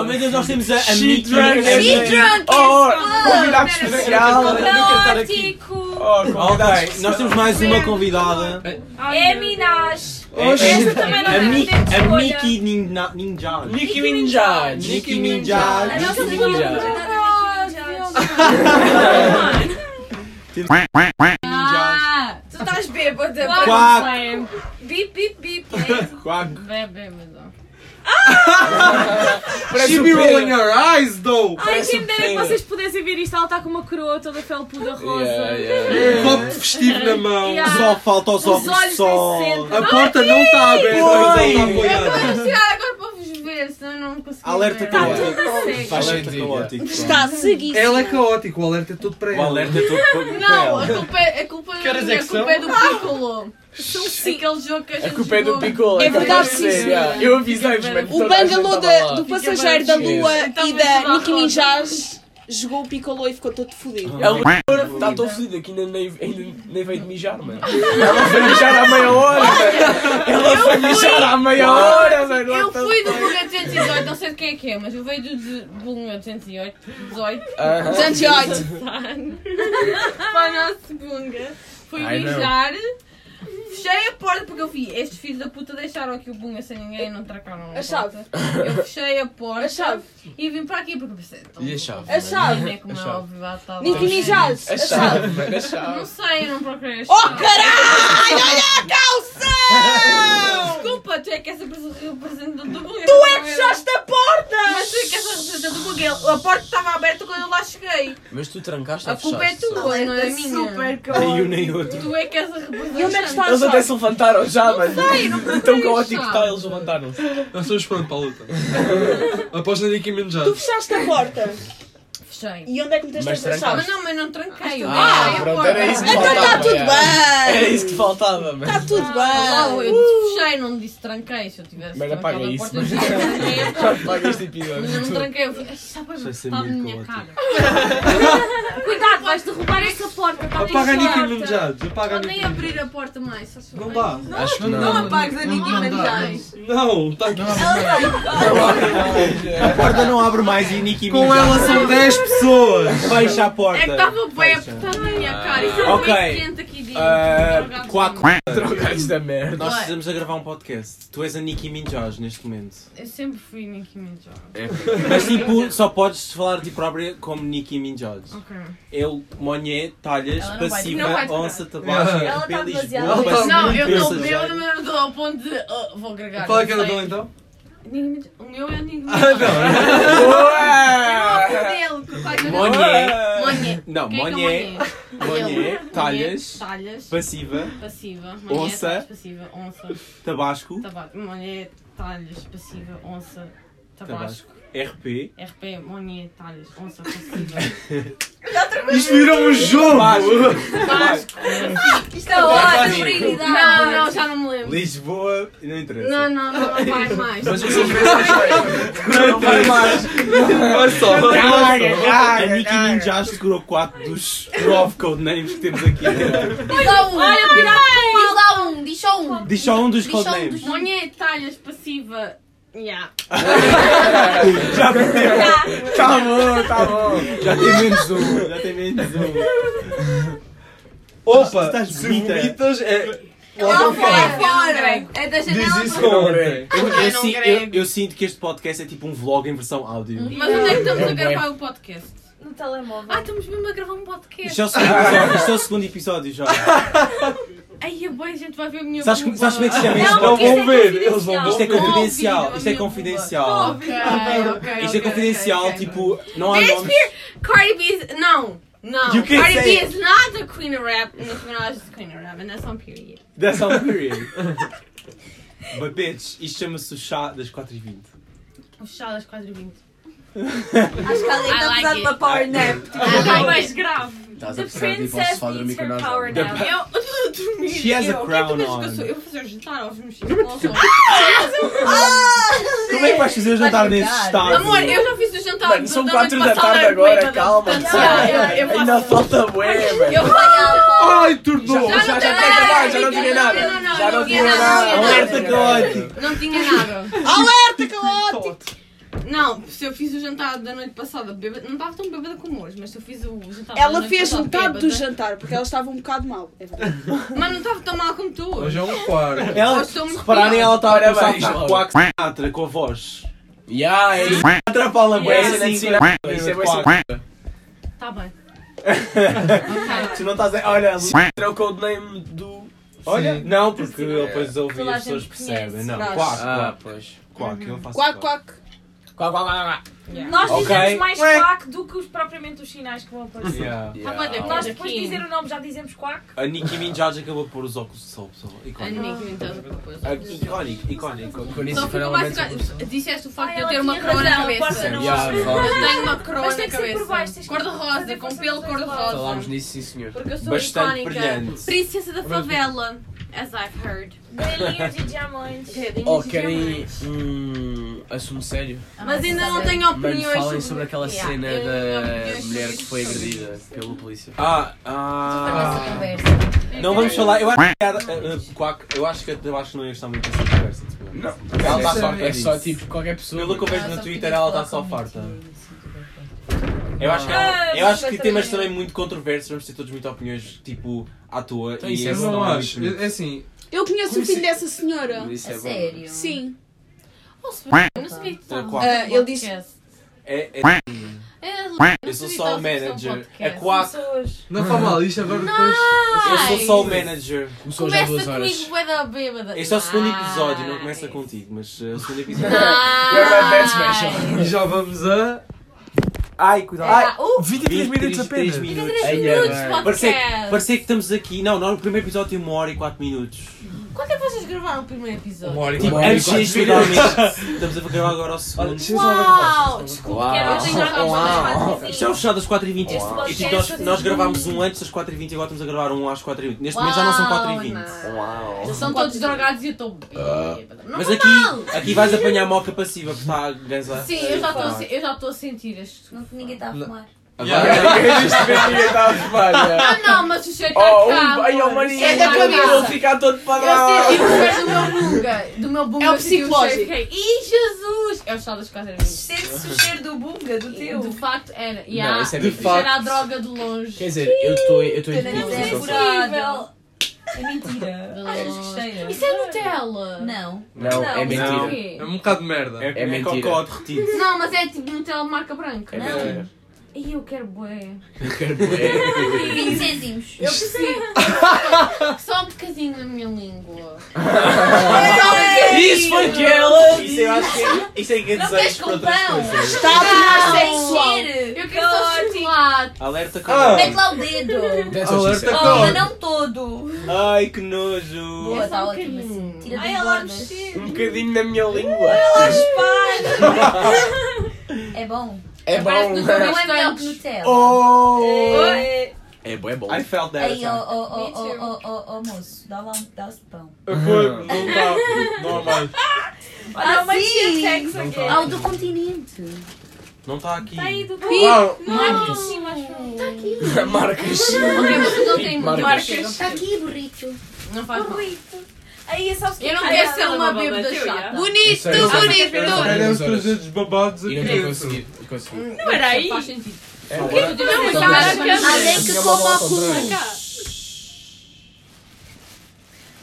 Oh meu Deus, nós temos a She amiga. drank She drunk É é Oh, convidado espera, especial. espera, espera, Caótico. Oh, convidado Ok, especial. nós temos mais uma convidada. É, É Minaj. Oh, Esta shit. também não A, Mi tem a escolha. Miki Ninja. Ninja. Nicki Minaj. Nicki Minaj. A nossa Nicki segunda Minaj. convidada é Nicki Minaj. oh. Ah, Tu estás bêbada! Ah, Quack. Bip, bip, bip. Quack. Parece She o be Pedro. rolling her eyes, though! Ai, quem me dera que Pedro. vocês pudessem ver isto. Ela está com uma coroa toda felpuda rosa. Yeah, yeah, yeah. Um copo festivo na mão. Yeah. Só falta Os os óculos de olhos têm sol. centro. A porta não está aberta, mas ela está Oi. apoiada. agora para vos ver, senão eu não consigo. Alerta ver. Está caótico. Tá tudo a seco. Faz Alerta sentido. caótico. Está seguido! Ela é caótica, o alerta é todo para O ela. alerta é todo para- para Não, a ela. culpa é, a culpa Que horas não é é que minha, a culpa é do Piccolo. Sim. Aquele jogo que a gente A culpa é do jogou. Piccolo. É verdade, que sim, é, sim. É yeah. Eu avisei-vos, mano. O toda a gente bangalô estava da- lá. do passageiro da Lua Então, e muito da bom. Nicki Minaj jogou o picolô e ficou todo fodido. Ela está tá tão fodida que ainda nem, ainda nem veio de mijar, mano. Ela foi mijar à meia hora, mano. Ela foi mijar à meia hora, mano. Eu fui do Bulga 218, não sei de quem é que é, mas eu veio do de- Bulga 218, 18, Aham. 208. para o nosso Bunga. Fui Ah. I know. mijar, fechei a porta porque eu vi, estes filhos da puta deixaram aqui o Bunga sem ninguém e não trancaram A chave. Eu fechei a porta A chave. e vim para aqui porque eu pensei, então, E a chave? A chave. Né, como A é chave. óbvio, lá estava. Nicki Minaj. A chave, mano, a chave. Não sei, eu não procurei a Oh chave. caralho, olha a calção! Desculpa, tu é que és a pessoa que representa do Google. Tu é que fechaste a Mas porta! tu é que és a representante do Google. A porta estava aberta quando eu lá cheguei. Mas tu trancaste A culpa é tua, não é minha. Nem um nem outro. Tu é que és a representante. E onde é que está a Eles até chave? se levantaram já, mano. Tão a caótico que chave. está, eles levantaram-se. Nós estamos prontos para a tá? luta. Após na Nicki Minaj. Tu fechaste a porta. Fechei. E onde é que meteste Mas as Mas chaves? não, mas não tranquei. Ah, eu pronto, fechei a era isso que Então faltava. está tudo yeah. Era bem! isso que faltava, mano. Está tudo Não, bem! eu disse fechei, não disse tranquei. Se eu tivesse Mas trancado apaga a isso, porta, eu mas- tranquei a porta. Paga tipo, este Mas eu não episódio. tranquei, eu fiquei, "Ai, sabe, Isso vai ser está na muito minha cara. caótico. Cuidado, vais derrubar essa porta. tá Está Apaga a Nicki lixada. Minaj. Apaga a Pode nem Nicki Minaj. abrir a porta mais. só se Não for. dá. Acho que Não apagues a Não, ninguém, não dá. mas Não, está aqui. A porta não abre mais e Nicki Com Minaj. ela são 10 pessoas. Fecha a porta. É que tá estava bem Fecha. apertado na minha cara. Isso Ok. é gente aqui dentro. Ah, quack. Drogados da merda. Nós estamos a gravar um podcast. Tu és a Nicki Minaj neste momento. Eu sempre fui Nicki Minaj. Mas tipo, só podes falar de ti própria como Nicki Minaj. Ok. Eu, Monhé, Talhas, Ela não vai- passiva, não vai tocar. onça, tabaco, Ela tá RP, demasiado- Lisboa, Ela tá- Não, eu Pensa estou já. bêbada, mas não estou ao ponto de. oh, ah, vou agregar. Qual é que era não o dele sei. então? Nicki Minaj. O meu é Nicki Ah, Minaj. não. Eu não vou ao dele, que eu quase não Monhé. Monhé. Não, O que é que é Monhé. Monhé. Talhas. Talhas. Passiva. Passiva. é. Monhé, Onça. talhas, Passiva. Onça. Tabasco. Tabaco. Monhé. Talhas. Passiva. Onça. Tá Tabasco. Tabasco. RP. RP. Monhé. Talhas. Onça. Passiva. Isto virou um jogo! Tabasco. Isto é ótimo, Sim. prioridade. Não, não, já não me lembro. Lisboa. Não interessa. Não, não, não vai mais. Mas vocês veem, não vai mais. Olha só, Caga, a Nikki Ninja segurou 4 dos 9 codenames que temos aqui. Diz lá um. Olha, Diz lá um, diz só um. Diz só um dos Diz só um codenames. Monhé. Talhas. Passiva. Yeah. Já perdeu. Tá bom, tá bom. Já tem menos um. Já tem menos tá um. Opa! Estás se bonita. Então, vomitas é. Lá fora. É da Diz janela. isso com né? ontem. Eu, eu Ai, não si- creio. eu- eu sinto que este podcast é tipo um vlog em versão áudio. Mas onde é que estamos a gravar o podcast? No telemóvel. Ah, estamos mesmo a gravar um podcast. Isto é o segundo episódio, isto é o segundo episódio já. Ai, a boa, a gente vai ver a minha Sabes como- vulva. sabes como é que se chama isto? Não, Não porque vão isto é ver, eles vão confidencial. Isto Não é ouviram confidencial, a isto é minha vulva. confidencial. Ok, ok, Isto é ok, confidencial, ok, ok. tipo, não há This nomes. Cardi B is... Não. No, You can't Cardi say B it. is not the queen of rap, and it's not the queen of rap, and that's on period. That's all period. But bitch, isto chama-se o chá das 4h20. O chá das 4h20. Acho que ali I está like precisando de uma it. power nap. Ah, mais grave. Estás The tipo, princess needs her power The- nap. Eu... eu dormi. She has Eu- o que é a que crown tu pensas que eu on. sou? Eu vou fazer jantar aos meus filhos. Como é que vais fazer o jantar nesse estado? Amor, eu já fiz o jantar. Mano, são totalmente 4 da passada, tarde agora, bêbada. calma. Yeah, yeah, Tá, eu faço- Ainda falta bué, mano. Eu faço... Ai, tornou! Já não Já tenho não tinha nada, mais, já não tinha Não, nada. não, Já não, não não tinha tinha nada. nada. Alerta caótico! Não tinha nada. Alerta, caótico! Não, se eu fiz o jantar da noite passada bêbada, não estava tão bêbada como hoje, mas se eu fiz o jantar da Ela é noite fez passada metade do bêbada- jantar, porque ela estava um bocado mal. É verdade. Mas não estava tão mal como tu hoje. Hoje é um quarto. Ela, Eu sou se muito Tá repararem, pior. ela estava a Parabéns, pensar com a Laura. Sinatra, com a voz. Ya, é isso. Atrapalha É bem, isso, é assim. isso. Isso é bué assim. Tá bem. Tu não estás a. Olha, é o codename do. tá Olha, Sim. não, porque depois ouvi Toda a as pessoas gente percebem. conhece, Não, nós. quack, quack, Ah, pois. quack, Uhum. eu faço Quack, quack. quack. Quá, quá, quá, quá. Nós Ok. dizemos mais Ué. quack do que os, propriamente os sinais que vão aparecer. Yeah. Tá bem, depois Nós daqui. depois de dizer o nome já dizemos quack. A Nicki Minaj é acabou de pôr os óculos de sol, pessoal. A Icónico. Nick inventou outra coisa. Ah, Icónico, icónico. Com isso, Só ficou foi ela mais. mesmo. Disseste o facto Ah, de eu ela ter uma tinha coroa na razão, cabeça. posso não. Ya, fala. Eu tenho uma coroa Mas na tem que ser por baixo, tens cabeça. que- Cor-de-rosa, com pelo Falámos cor-de-rosa. nisso, sim, senhor. Porque eu sou Bastante icónica. brilhante. Princesa da favela, as I've heard. Galinhos e diamantes. Oh, querem um assumo sério? Mas ainda não tenho Mano, opiniões. falem sobre aquela Ah, Yeah, cena eu não tenho da opiniões mulher sobre que foi isso. agredida pelo polícia. Ah, ah. Nessa conversa. Não vamos falar, eu acho que a, a- a- quack, eu acho que a Tabasco não ia gostar muito dessa conversa. tipo. Ela está farta É só disso. tipo qualquer pessoa. Pelo que eu vejo Ah, no só Twitter, querias ela falar está só comigo. farta. Eu acho que, ela, Ah, eu acho mas que também- temas também muito controversos, vamos ter todos muitas opiniões, tipo, à toa. Então e isso é Eu esse bom, não é acho. muito- É assim, Eu conheço o Conheci- filho dessa senhora. Isso A é bom. sério? Sim. Ah, Eu não sabia que estava. Quack. a fazer Ele disse- podcast. É, é- É, Lu, eu sou não sabia que só estavas o a fazer um manager. podcast. É quack, Pessoas. não faz mal, isto agora depois. eu sou Ai. só o manager. Começou já duas Começa horas. comigo, bué da bêbada. Este é o segundo episódio, não Nice. começa contigo, mas eh, é o segundo episódio. Nice. E já vamos a. Ai, cuidado. Ah, uh, 23 minutos 23 apenas. minutos. três Ai, minutos ai, ai. podcast. Parecia, parecia que estamos aqui. Não, não, o primeiro episódio tem uma hora e quatro minutos. Quando é que vocês gravaram o primeiro episódio? hora Tipo, hora e antes de quatro estudar Estamos a gravar agora o Olha, segundo. deixa eu só ver uma coisa. Uau! Desculpa, Uau. eu tenho Uau. algumas coisas Isto é o chá das 4h20. Este E podcast tipo, nós, só tem nós um gravámos minuto. um antes das 4h20 e agora estamos a gravar um às 4h20. Neste momento já não são 4h20. Uau. Já são todos drogados e eu estou bêbada. Não Mas faz mal. aqui, aqui vais apanhar a moca passiva porque está a ganzar. Sim, eu já estou a se- eu já estou a sentir este. Não, ninguém está a fumar. Agora, tá Ah, não, mas o cheiro está Oh, cá. né? um- ai, amor. oh, mano, O cheiro ainda tá quando cá. ele ficar todo Eu tipo, parado. senti o cheiro do meu bunga. Do meu bunga. É o eu senti cheiro, psicológico. fiquei, Ih, Jesus! É o chá das 4h20. Sente-se o cheiro do bunga, do teu. De facto era. E Não, há- isso é de mentira. cheira a droga de longe. Quer dizer, eu estou eu estou em Mas é dúvida. sobre- furado. É mentira. Achas que cheira? Isso é Nutella. Não. Não, é Não. Não. mentira. É um bocado de merda. é, é, mentira. cocó derretido. Não, mas é tipo Nutella marca branca. É Não. mentira. Ih, eu quero bué. um Eu quero bué. 20 cêntimos. Eu preciso. Só um bocadinho na minha língua. Isso foi que ela Isso eu acho que isto é que é Não desejos queres para outras com pão? coisas. Está a Não, sexual. Eu quero só chocolate. Alerta com. Ah. Mete lá o dedo. That's what she said. Oh, mas não todo. Ai que É nojo! Boa, um está ótimo assim. Tira Ai, das ela bordas. mexer. Um bocadinho na minha língua. É bom. É Parece bom. que não é melhor que Nutella. Oh! Eh, É bom, é bom. I felt that. Aí, ó, attack. ó, ó, Me ó, too. ó, ó, ó, moço, dá lá um pedaço de pão. Não dá, não dá mais. Olha, uma sim. tia de sexo aqui. Ah, o do continente. Não está aqui. Está aí do cu. Uau! Não, sim, mas não. Marcas. Ok, moço, não tem Marcas. marcas. Está aqui, burrito. Não faz mal. Aí, sabes que Eu não Ai, quero ela ser não uma vai bêbada bater, chata. olha. Isso é- isso é- Olha, Olha, os os teus presentes dedos babados E não estou a conseguir. a conseguir. Espera aí. Faz sentido. É, Eu tive uma cara mas que- Alguém que coma Cá. cu.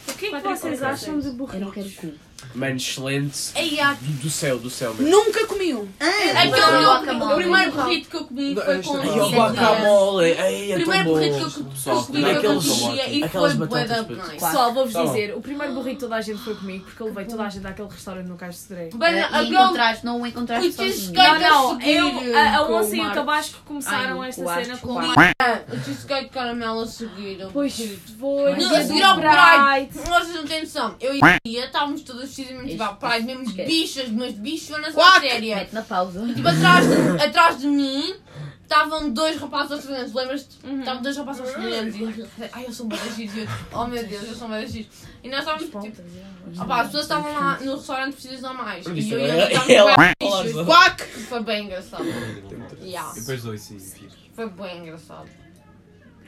O que é que vocês acham de Eu não burritos? quero cu. Mano, excelente. Ei, há- Do, do céu, do céu mesmo. Nunca comi um. Aquele Não. É que eu comi, o primeiro burrito que eu comi Não, foi este com não. Ai, o cenoura. guacamole. Ai, O é tão primeiro burrito que eu bom. comi Pessoal, foi não é com aqueles coxinha e aquelas foi bué batatas da pretas. bem. Pessoal, vou-vos Tá bom. dizer, o primeiro burrito toda a gente foi comigo, porque eu levei toda a gente àquele restaurante no Cais de Cedrei. Bem, Ah, E aquele encontraste, não o encontraste Putas, sozinho. que- Não, não, Cacas eu, a, a com Onça e o Marcos. Tabasco começaram Ai, esta quatro, cena com quatro. o cheesecake de é caramelo a seguir. o Pois burrito. foi. Não, teve a seguir ao um Pride. Vocês não têm noção. Eu e a Tia estávamos todas precisamente tipo, Este- à Pride, mesmo esquece. bichas, mas bichonas a Quack! séria. Mete na pausa. Tipo, atrás de, atrás de mim estavam dois rapazes australianos, lembras-te? Estavam dois rapazes australianos e ai eu sou uma das giras e eu, oh meu Deus, eu sou uma das giras. E nós estávamos tipo, opá, as pessoas estavam lá no restaurante precisam mais. E eu e a Rita Ela- estávamos ela- com Quack! Foi bem engraçado. Yeah, E depois dois e foi bem engraçado.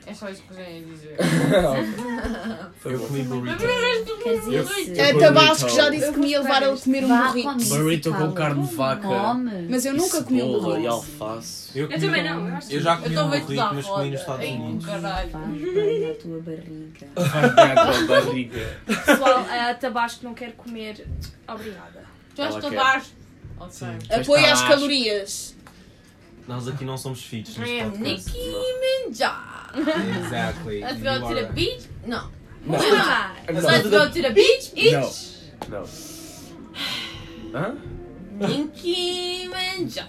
É só isso que eu tenho a dizer. Eu comi burrito. Queres esse? É Tabasco já disse que me ia levar a comer um Vá, burrito. come isso, Burrito com Carla. carne de vaca. Come. Mas eu nunca comi um E burrito. alface. Eu, comi também um- não, eu acho que- Eu já Eu comi estou um a ver que dá burrito, mas comi nos Estados roda. Ei, Unidos. Oh, caralho. Vai, vai à tua barriga. Obrigado pela barriga. Pessoal, a Tabasco não quer comer. Obrigada. Tu és Ela quer. Tabasco? Ok. Apoia as Tabasco. calorias. Nós aqui não somos filhos. I am Nicki Minaj. Exactly. Let's go to the beach. Não. Não. Não. Let's Não. go to the beach. Beach. Não. Hã? Nicki Minaj.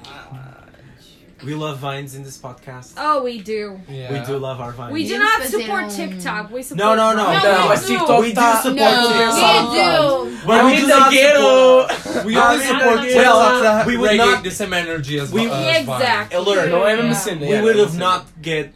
We love vines in this podcast. Oh, we do. We do love our vines. We do Podemos not fazer support um- TikTok. We support No, no, no. Não, Não, we mas do. TikTok We do tá- support Não. TikTok. We do. But we do not support. We only support Well, TikTok. We we would would not- the same energy as Uh, We- as Yeah, Vine. exactly. Alert. Não é a mesma Yeah. cena. We é, would não é a have mesma not get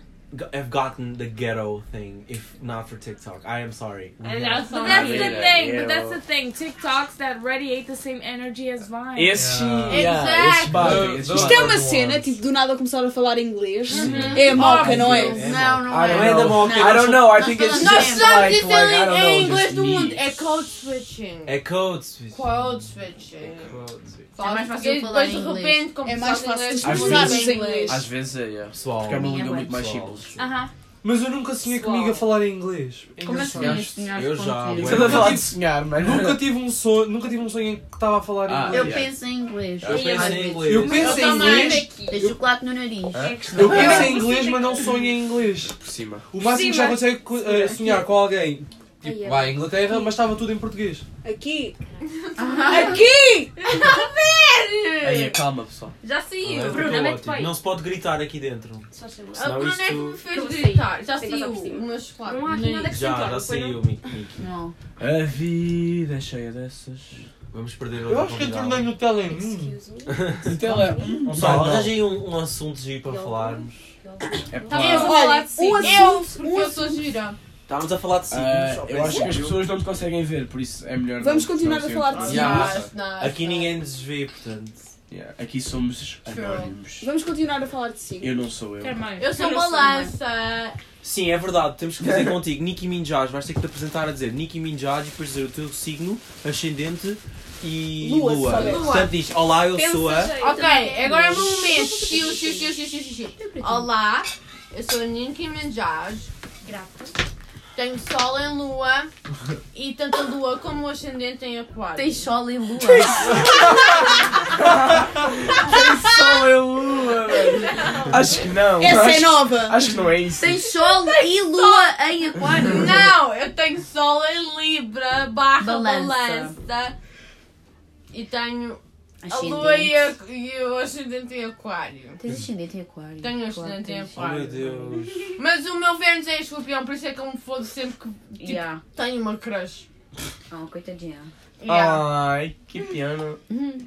have gotten the ghetto thing if not for TikTok. I am sorry. We And have- that's But all that's I the need. Yeah, thing. yeah. But that's the thing. TikToks that radiate the same energy as Vine. cena. Esse é, Yeah. sim. yeah, Exactly. Esse batem, esse Those- Isto é uma Claro. cena, tipo, do nada começar a falar inglês. Mm-hmm. É moca, não é? Não, não I é. don't Random know. walking. I don't know. I think Nós it's Nós just estamos like, like I dizendo don't em know. inglês just do mundo. niche. É code switching. Echoes. Code switching. É mais fácil falar em Depois de inglês. repente, como É se mais fala fácil inglês, tu Às expressares vezes- em inglês. Às vezes é, yeah. Pessoal. Porque é uma língua Minha muito mãe, mais pessoal. Ah, simples. Aham. Mas eu nunca sonhei Pessoal. comigo a falar em inglês. Como assim? Engraçado. Eu já, Eu, Estás a falar de sonhar, é? mano. Nunca tive um sonho, nunca tive um sonho em que estava a falar Ah, em eu inglês. penso em inglês. Eu penso em inglês. Eu penso em inglês, Tem chocolate no nariz. eu penso em inglês, mas não sonho em inglês. Por cima. O máximo que já aconteceu é co- eh, sonhar com alguém, é. tipo, vai à Inglaterra, mas estava tudo em português. Aqui. Aí, calma, pessoal. Já saiu. Alerta Bruna, mete caótico. aí. é Não se pode gritar aqui dentro. Só Ah, chegou. A Senão Bruna é que me isto. fez Então, sim. gritar. Já Tem que saiu passar por cima. o meu chocolate. Não há aqui nada que Já, já se entorne, saiu, Miki. Miki. Não. A vida é cheia dessas. Vamos perder Eu acho que eu tornei Nutella em foi não? mim. Excuse me. Então é. Hum. Pessoal, arranjem um, um assunto giro para falarmos. É Tá pá. bem, eu vou falar de um signos. assunto- Eu, porque eu sou gira. Estávamos a falar de signos. Ah, ao eu acho que as princípio. pessoas não te conseguem ver, por isso é melhor. Vamos não- continuar não a se falar de entrar. signos. Yeah, Nice, nice, Aqui nice. ninguém nos vê, portanto. yeah. Aqui somos anónimos. Vamos continuar a falar de signos. Eu não sou eu. Quer mais? Eu sou Eu não sou balança. Sim, é verdade, temos que fazer contigo. Nicki Minaj, vais ter que te apresentar a dizer Nicki Minaj e depois dizer o teu signo, ascendente e Lua, lua. só ver. Portanto, diz: Olá, eu sou a. Ok, agora é o meu momento. Chiu, chiu, chiu, chiu, chiu, chiu. Olá, eu sou a Nicki Minaj. Grata. Tenho sol em lua e tanto a lua como o ascendente em aquário. Tem chola e lua. Só eu, Lua, velho. Acho que não. Essa é acho, nova. acho que não é isso. Tem chola e lua em aquário. Não, eu tenho sol em Libra barra Balança. balança. e tenho a Ascendente. lua e, a, e o ascendente em aquário. Tens ascendente em aquário. Tenho Claro, ascendente em tens. Oh meu aquário. Deus. Mas o meu Vênus é escorpião, por isso é que eu me fodo sempre que tipo, Yeah. tenho uma crush. Oh, coitadinha. Ah. Yeah. Ai, que piano.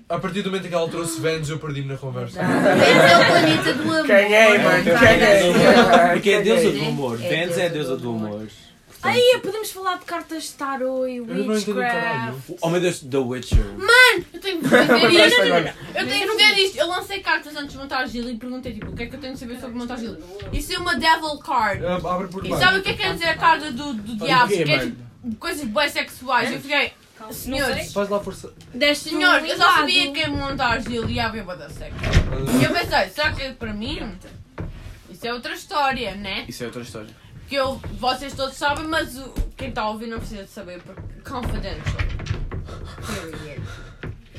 A partir do momento em que ela trouxe Vênus, eu perdi-me na conversa. Vênus é o planeta do amor. é? Ganhei, mano, cara. ganhei. Porque é a deusa do né? amor. É a Vênus é deusa a deusa do do amor. amor. Aí podemos falar de cartas de tarô e Eu não entendo o caralho. witchcraft. Oh meu Deus, The Witcher. Eu tenho que dizer isto. Esta agora. Eu tenho que dizer isto. Eu lancei cartas antes de montar Gil e perguntei tipo, o que é que eu tenho de saber sobre montar Gil. Isso é uma Devil Card. Ah, Abre por E baixo. sabe o que é que quer dizer a carta do, do diabo? quê, que é mano? tipo, coisas bem sexuais. Eu fiquei, senhores, Faz lá força. Deste um senhores, eu só sabia lado. que ia montar Gil e a bêbada seca. E eu pensei, será que é para mim? Isso é outra história, né? Isso é outra história. Que eu, vocês todos sabem, mas o, quem está a ouvir não precisa de saber, porque confidential. Period.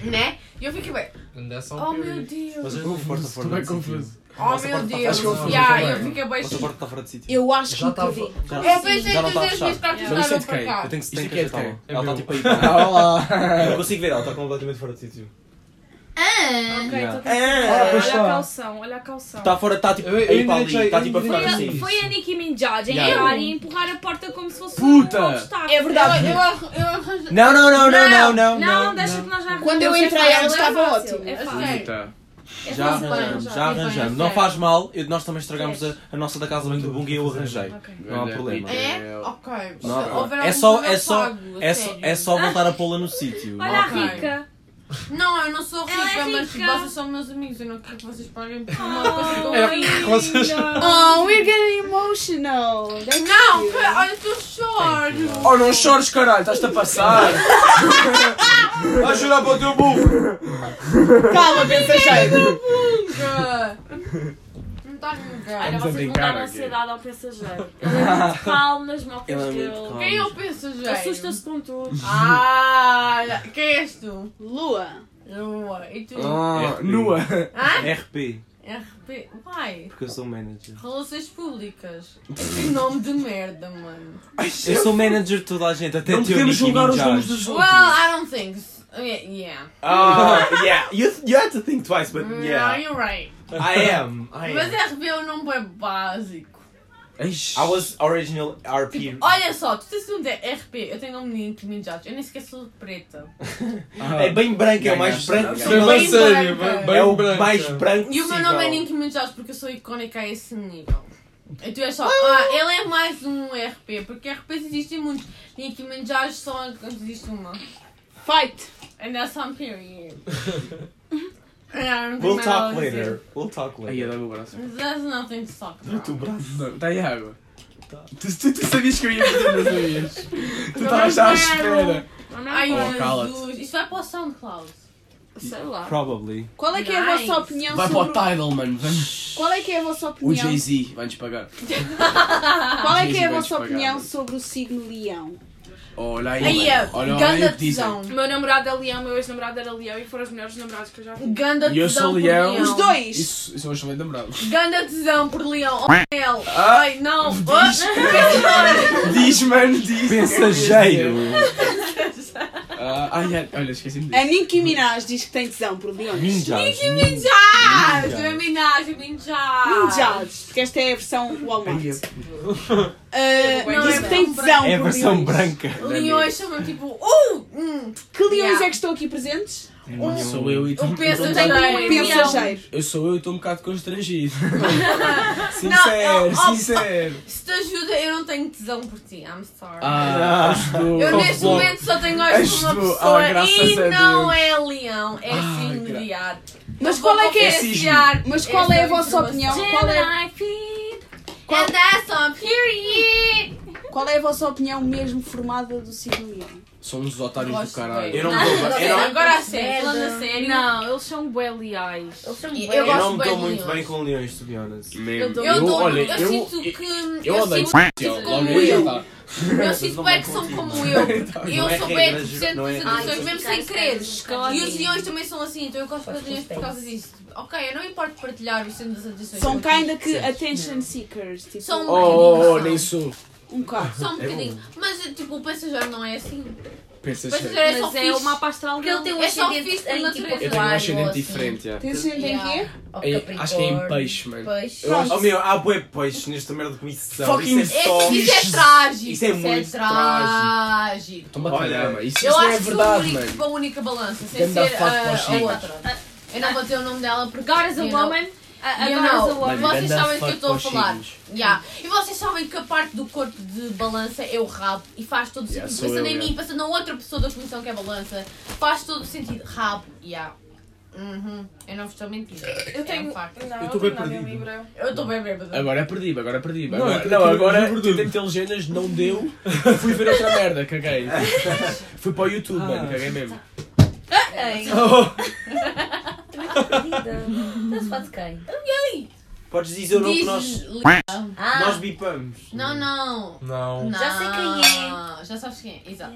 Né? E eu fiquei bem, That's all oh meu period. Deus, Vocês não porta fora Estou bem de sítio. confuso. oh Nossa meu porta Deus. está fechada Yeah, também. eu fiquei bem assim. Vossa porta está fora de sítio. Eu acho Já que está. me perdi. Já- Eu pensei Já não está que as minhas fechada. cartas Mas isso é estavam de para quem? cá. Eu tenho que, Isto tenho aqui que é de ajeitar. quem? Ela está tipo aí. Eu consigo ver, ela está completamente fora de sítio. Ok, Yeah. então tem- é, Ah, pois Olha a está. calção, olha a calção. Está fora, está tipo Eu- eu aí para ali. endireitei, Está tipo a eu fora endireitei. Foi, assim. foi a Nicki Minaj em Yeah. entrar e empurrar a porta como se fosse Puta! um obstáculo. É verdade. Eu, eu, eu arranjei. Não, não, não, não, não, não. não, deixa que nós já Quando eu É entrei, fácil, ela é estava fácil, ótima. É A fácil. sério. Puta. É Já fácil, arranjamos, arranjar. já Foi bem, arranjamos. eu Não sei. faz mal, eu- nós também estragamos a, a nossa da casa bem do Bunga e eu arranjei. Ok. Não há problema. É? Ok. Se Não há problema. É houver algum só, problema, é só, eu pago, é a só, sério. é só voltar a pô-la no sítio. Olha a Não há- Ok. rica. Não, eu não sou rica, Ela é mas rica. Ah. vocês são meus amigos. Eu não quero que vocês paguem por uma coisa como É. eu. vocês- Oh, we're getting emotional. That's Não, cute. cara, olha que eu choro. Oh, não chores, caralho, estás-te a passar. Vai chorar para o teu burro! Calma, pensa cheio. Cara. Não tá está ninguém. Olha, Vamos vocês brincar mudaram a aqui. ansiedade ao passageiro. Ele é muito calmo nas Ele é mocas muito dele. calmo. Quem eu penso, gente? Assusta-se com tudo. Ah, quem és tu? Lua. Lua. E tu? Ah, nua. Hã? RP, RP. Vai. porque eu sou um manager. Relações públicas. Esse nome de merda, mano. Eu sou manager de toda a gente, até Não teu podemos Nicki julgar os Minaj. nomes dos Well, outros. I don't think so. Yeah. yeah. Ah, Oh, yeah. You, you have to think twice, but Yeah, yeah. you're right. I am. I Mas am. RP é um nome bem básico. I I was original Uh, RP. Olha só, tu tens um de RP, eu tenho um menino que me judge, eu nem sequer sou preta. É bem branco, é o mais Ganhaste. branco Foi possível. Bem bem sério, branca. bem- É o bem branca. mais branco E o meu possível. nome é Ninky Minaj porque eu sou icónica a esse nível. E tu és Uh! só, ah, ele é mais um RP, porque RPs existem muitos. Ninky Minaj só existe uma. Fight. And that's some period. É, And I don't We'll think my talk dog is later. We'll talk Aí, um later. dá-me o braço. here. There's nothing to talk about. Tu braço. Não, Está aí água. Tá. Tu, tu, tu sabias que eu ia fazer, não sabias? Tu Eu estavas não já à quero. espera. Ai, Ai, Oh, cala-te. Jesus. Isso vai para o SoundCloud. sei lá. Probably. Qual é que é a Nice. vossa opinião Vai para o sobre... Tidal, mano. Vamos. Qual é que é a vossa O opinião? Jay-Z vai-nos pagar. Ah, Qual é que é Jesus, a vossa vais opinião pagar. sobre o signo leão? Olha aí. Aí, mano. olha, olha o ganda que dizem. tesão. O meu namorado é leão, meu ex-namorado era leão e foram os melhores namorados que eu já vi. Ganda tesão E eu sou por leão. leão. Os dois. Isso, é um isso eu hoje também lembrava. Ganda tesão por leão. Oh, Mel. Ah. Ai, não. Diz. diz, mano, diz. Mensageiro. Ah, ai, ai, olha, esqueci-me disso. A Nicki Minaj diz que tem tesão por leões. Ninjas. Ah, tu é minagem, minjagem. Ninjados, porque esta é a versão Walmart. Eu Uh, gosto diz de que tem versão tesão É a por versão leões. branca. Leões chamam tipo, uh, hum. Que leões Yeah. é que estão aqui presentes? Sou eu e um O eu pensageiro. tô- Um pensageiro. Eu sou eu e estou um bocado constrangido. Não, sincero, eu- oh, sincero. Se te ajuda, eu não tenho tesão por ti. I'm sorry. Ah, estou. Eu neste Bloco. momento só tenho olhos És para uma tu. Ah, pessoa graças a e não Deus. é leão, é Ah, signo gra- de ar. Mas qual é que é? esse- Mas qual é a vossa opinião? Qual é, Gemini feed. Qual... And that's on period! qual é a vossa opinião mesmo formada do signo leão? Somos os otários do Gosto caralho. bem. Eu não me dou- eu não- Agora a sério, falando a sério. Não, eles são bué leais. Eu Eu gosto não me dou bem muito de bem com leões, to be honest. Eu, Eu, dou, olha, eu, eu, sinto que. Eu, eu odeio sinto, social, como logo aí já eu. tá. eu sinto bem que são como eu. E eu Não é sou bem regras, deficiente não é das regras. pessoas, mesmo sem querer. E os leões também são assim, então eu gosto de leões por causa disso. Ok, eu não importo partilhar os sendo das adições. São que eu kinda que attention seekers. Tipo, São- Oh, oh, oh, nem sou. um bocado. tive. Só um bocadinho. Mas tipo, o passageiro não é assim. Pensas Mas que é só Mas é fixe. o mapa astral Porque ele dele. tem um É só ascendente fixe por em tipo natureza. eu tenho um aquário, ascendente assim. diferente, já. Tens de em quê? Ou Em- acho que é em Capricórnio, peixe, mano. Peixe. Eu acho- Oh meu, há bué peixes nesta merda de comissão. Fucking isso é só... Esse- Isso é trágico. Isso é muito trágico. Toma a Olha, calhar, mano. Isso, isso Eu não é acho que a verdade, única, mano. a única balança, sem Ganda ser fuck para os a, a chicos. outra. Eu não vou dizer o nome dela porque. God is a you know. woman. A, a You Ah, God is a know, woman. vocês Ganda sabem do que eu fuck estou a para os falar. chicos. Yeah. E vocês sabem que a parte do corpo de balança é o rabo e faz todo Yeah, sentido. sou Passando eu, em mim, yeah. passando a outra pessoa da comissão que é balança, faz todo sentido. Rabo, yeah. Uhum. Eu não vos estou a mentir. Eu tenho. É um facto. Não, Eu eu tô tô bem nada, eu perdido. Libra. Eu estou bem bêbada. Agora perdi, agora perdi. Não, agora, tipo, eu- não, eu- eu- agora eu- eu- tentei meter legendas, não deu. Fui ver outra merda, caguei. Fui para o YouTube, Ah. mano, caguei mesmo. Não se faz de quem? Podes dizer o nome que Diz- nós, Ah, nós bipamos. Não, não. Não. Não, Já sei quem Já sabes quem é, exato.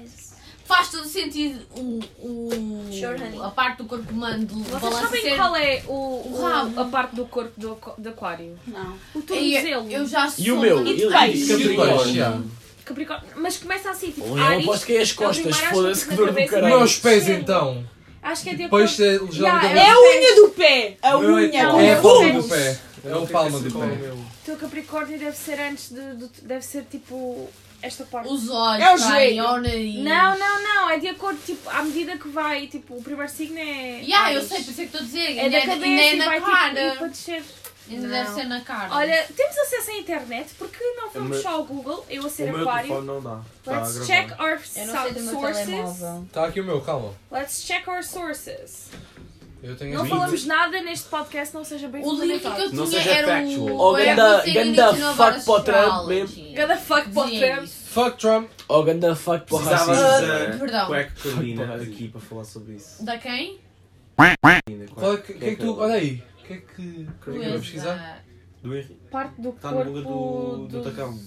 Faz todo sentido o, o, Sure, honey. a parte do corpo humano de Vocês balançar. sabem qual é o, o- rabo. a parte do corpo do, aqu- de aquário? Não. O tornozelo. Eu já sou. E o meu? uma- E de peixe? é Peixe, Capricórnio. já. Capricórnio. Mas começa assim, tipo, Eu Ares. aposto que é as primeiro costas, acho que foda-se fica que na dor do cabeça. caralho. Não, os pés Sim. então. Acho que é de acordo... Peixe é Yeah, legião é a unha do pé! A Não, unha! É não, é a não. palma do pé. É o palma do Como pé. eu. O teu Capricórnio deve ser antes de... de- deve ser, tipo, esta parte. Os olhos, É o pai, joelho. o nariz. Não, não, não. É de acordo, tipo, à medida que vai, tipo, o primeiro signo é... Yeah, eu Ares. sei, por isso é que estou a É dizer. da ainda, cabeça ainda é e na vai, cara. tipo, e para descer. Ainda Não. deve ser na cara. Olha, temos acesso à internet, porque não O É meu- vamos só ao Google, eu a ser O meu aquário. telefone não dá. Tá a Let's gravar. check our eu não sei do meu sources. telemóvel. Está Tá aqui o meu, calma. Let's check our sources. Eu tenho Não as falamos nada neste podcast, não seja bem o link que eu fundamentado. tinha Não seja era um factual. o. Oh, era ganda- você ganda Ignatius Novara fuck para o Trump Astrology. Ganda fuck para o Dizia Trump. é isso. Fuck Trump. Oh, ganda fuck assim. para o Precisava racismo. de Perdão. cueca Carolina Fuck, porra. aqui para falar sobre isso. Da quem? Carolina, Qual é cueca- que, que é que tu. Olha aí. O que é que. Do Carolina vai pesquisar? Ezra. Do Henrique. Parte do Está no lugar corpo Tá do, do tacão.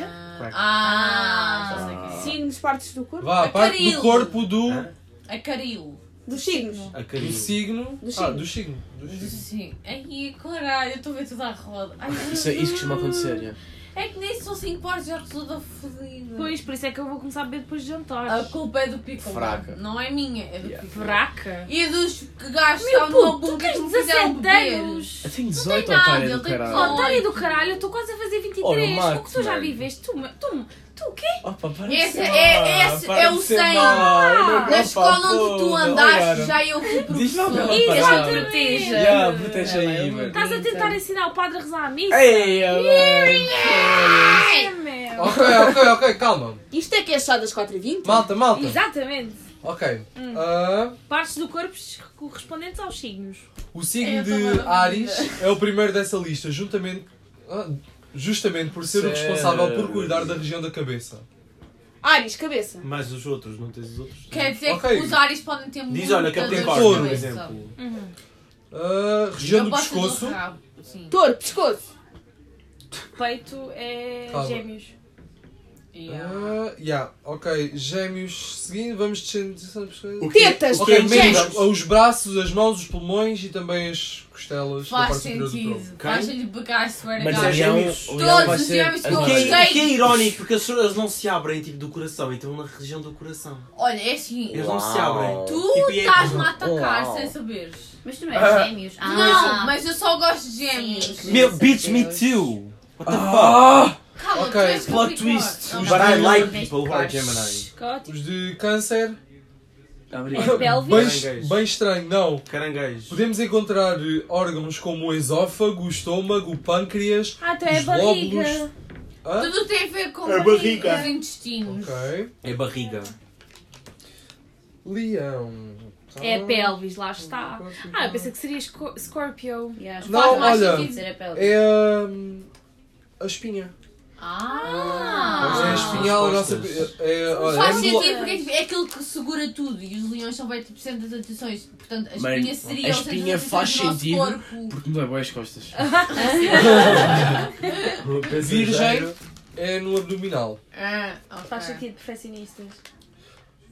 Ah, Cueca. ah, já sei quem. Signos, partes do corpo? Vá, a parte do Caril. corpo do. Hã? é. A Caril. Dos signos? A Do Carolina. signo. Do Ah, signo. do signo. Do signo. Sim. Ai, caralho, eu estou a ver tudo à roda. Ai, Isso é isso que costuma acontecer, já. É que nem se são 5 horas já estou toda fodida. Pois, por isso é que eu vou começar a beber depois de jantar. A culpa é do Piccolo. Fraca. Não é minha, é do Yeah. Piccolo. Fraca. E dos que gastam Meu uma puto, boca tu que tens me fizeram 17 beber. anos. Eu tenho 18 nada, otário ele do tem Oh, caralho. dezoito. Otário do caralho, eu estou quase a fazer 23. Olha, o Max, o que tu já mano. viveste? Tu, tu, tu o quê? Opa, para de Esse ser é- má, esse para é de o ser má, sem- eu não é Na gosto, escola pá, onde tu porra. andaste, Olharam. já eu fui Diz lá professor. pela Isso, é parada. proteja. Já, protege é aí, mano. Estás a tentar ensinar o padre a rezar a missa? Ei, mano. É, meu. Ok, ok, ok, calma. Isto é que é só das 4h20? Malta, malta. Exatamente. Ok. Ah, Partes do corpo correspondentes aos signos. o signo Eu tô de maluca. Ares é o primeiro dessa lista, juntamente. ah, Justamente por ser o responsável por cuidar da região da cabeça. Ares, cabeça. Mas os outros, não tens os outros? Quer dizer Ok. que é os áreas podem ter muito Diz, olha, Capricórnio, Touro. por exemplo. Ah, região do pescoço. Sim. Touro, pescoço. Peito é Calma. gêmeos. Yeah. Ah, yeah, ok. Gêmeos seguindo, vamos descendo. O que- Tetas. o que é Ok, menos ah, gêmeos? os braços, as mãos, os pulmões e também as costelas da Faz parte superior do tronco. sentido. Faz sentido porque I swear to Mas é God. o Leão, o Leão vai Todos os ser... gêmeos que eu O que, é, gostei. o que é irónico, porque as pessoas não se abrem tipo do coração, então na região do coração. Olha, é assim. Eles não se abrem. Tu Tipo, e é- estás-me a atacar sem saberes. Mas tu não és gêmeos? Ah, Não, mas eu só gosto de gêmeos. Sim. Meu, bitch me too! What the fuck? Ah, Cala, Ok, tu és Plot Capricórnio. twist! Não, But I like Mas- people who are Gemini. Gótico. Os de câncer, Tá, É bem, pelvis. Caranguejo. bem estranho, não. Caranguejo. Podemos encontrar eh, órgãos como o esófago, o estômago, o pâncreas. Ah, então é Os barriga. glóbulos. Hã? Tudo tem a ver com É barriga. os intestinos. Ok. É barriga. Leão. É Ah, assim? pelvis, lá está. consigo. Ah, eu pensei que seria Sco- Scorpio. É, Yeah, Não, mais olha, sentido. é hum, a espinha. Ah! é a espinha, a nossa. costas. É, é, olha, Faz é sentido angula- porque é que- é aquilo que segura tudo e os leões são 20% das atenções. Portanto, a Mano, espinha seria a ou seja, espinha as faz atenções é do nosso corpo. Porque me dói bué as costas. Virgem é no abdominal. Ah, ok. Faz sentido, perfeccionistas.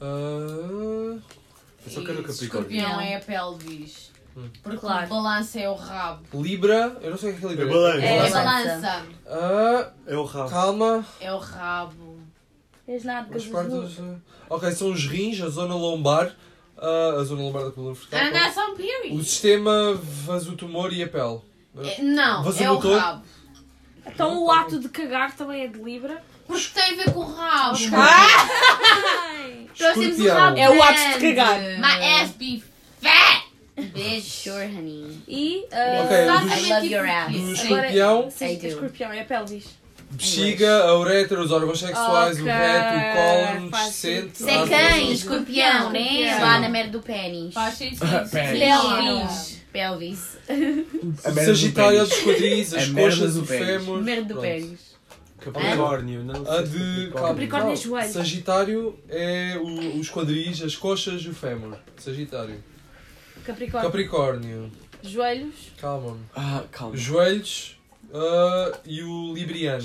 Ah, Eu só quero E o Capricórnio. Hum. Escorpião é a pelvis. Porque Claro. o balanço é o rabo. Libra, eu não sei o que é Libra. É balanço. É a balança. balança. Ah, É o rabo. calma. É o rabo. E as nádegas As azuis. partes. eh, Ok, são os rins, a zona lombar, ah, a zona lombar da coluna Tá Ah, And vertical. Ah, that's on O period. sistema vasotumor e a pele. É, Não, Você é o botou? rabo. Então o ato de cagar também é de Libra. Porque tem a ver com o rabo. é? Trouxemos o um Escorpião. rabo É o ato de grande. cagar. My ass be fat. Bitch. Sure, honey. E Yeah. ah, Ok, o I love your ass. do agora- escorpião, sim, I do. escorpião, é a pelvis. bexiga, a uretra, os órgãos sexuais, o Ok, reto, o faz cólon, sente. Você é quem? Escorpião, né? Escorpião. Lá na merda do pênis. Faz Ah, sentido. É Pelvis. Pelvis. A merda do Sagitário, a pênis. dos quadris, as A merda coxas, do o pênis. fêmur. Merda do Pronto. pênis. Capricórnio, não sei. A de Capricórnio é Não, joelho. Sagitário é o- os quadris, as coxas e o fémur. Sagitário. Capricórnio. Capricórnio. Joelhos. Calma-me. Ah, calma. Joelhos ah, e o libriano.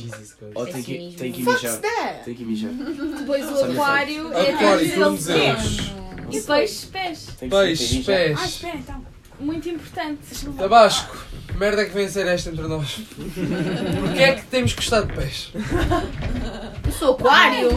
Oh, tem que, tem que mijar. Tem que mijar. Depois o Sabe aquário é Aquário, de todos eles. E peixes, pés. Tem que tem que Peixes, mijar. Ah, pés. espera então. Muito importante. Tabasco. Merda é que vem ser esta entre nós. Porquê é que temos que gostar de pés? Eu sou aquário?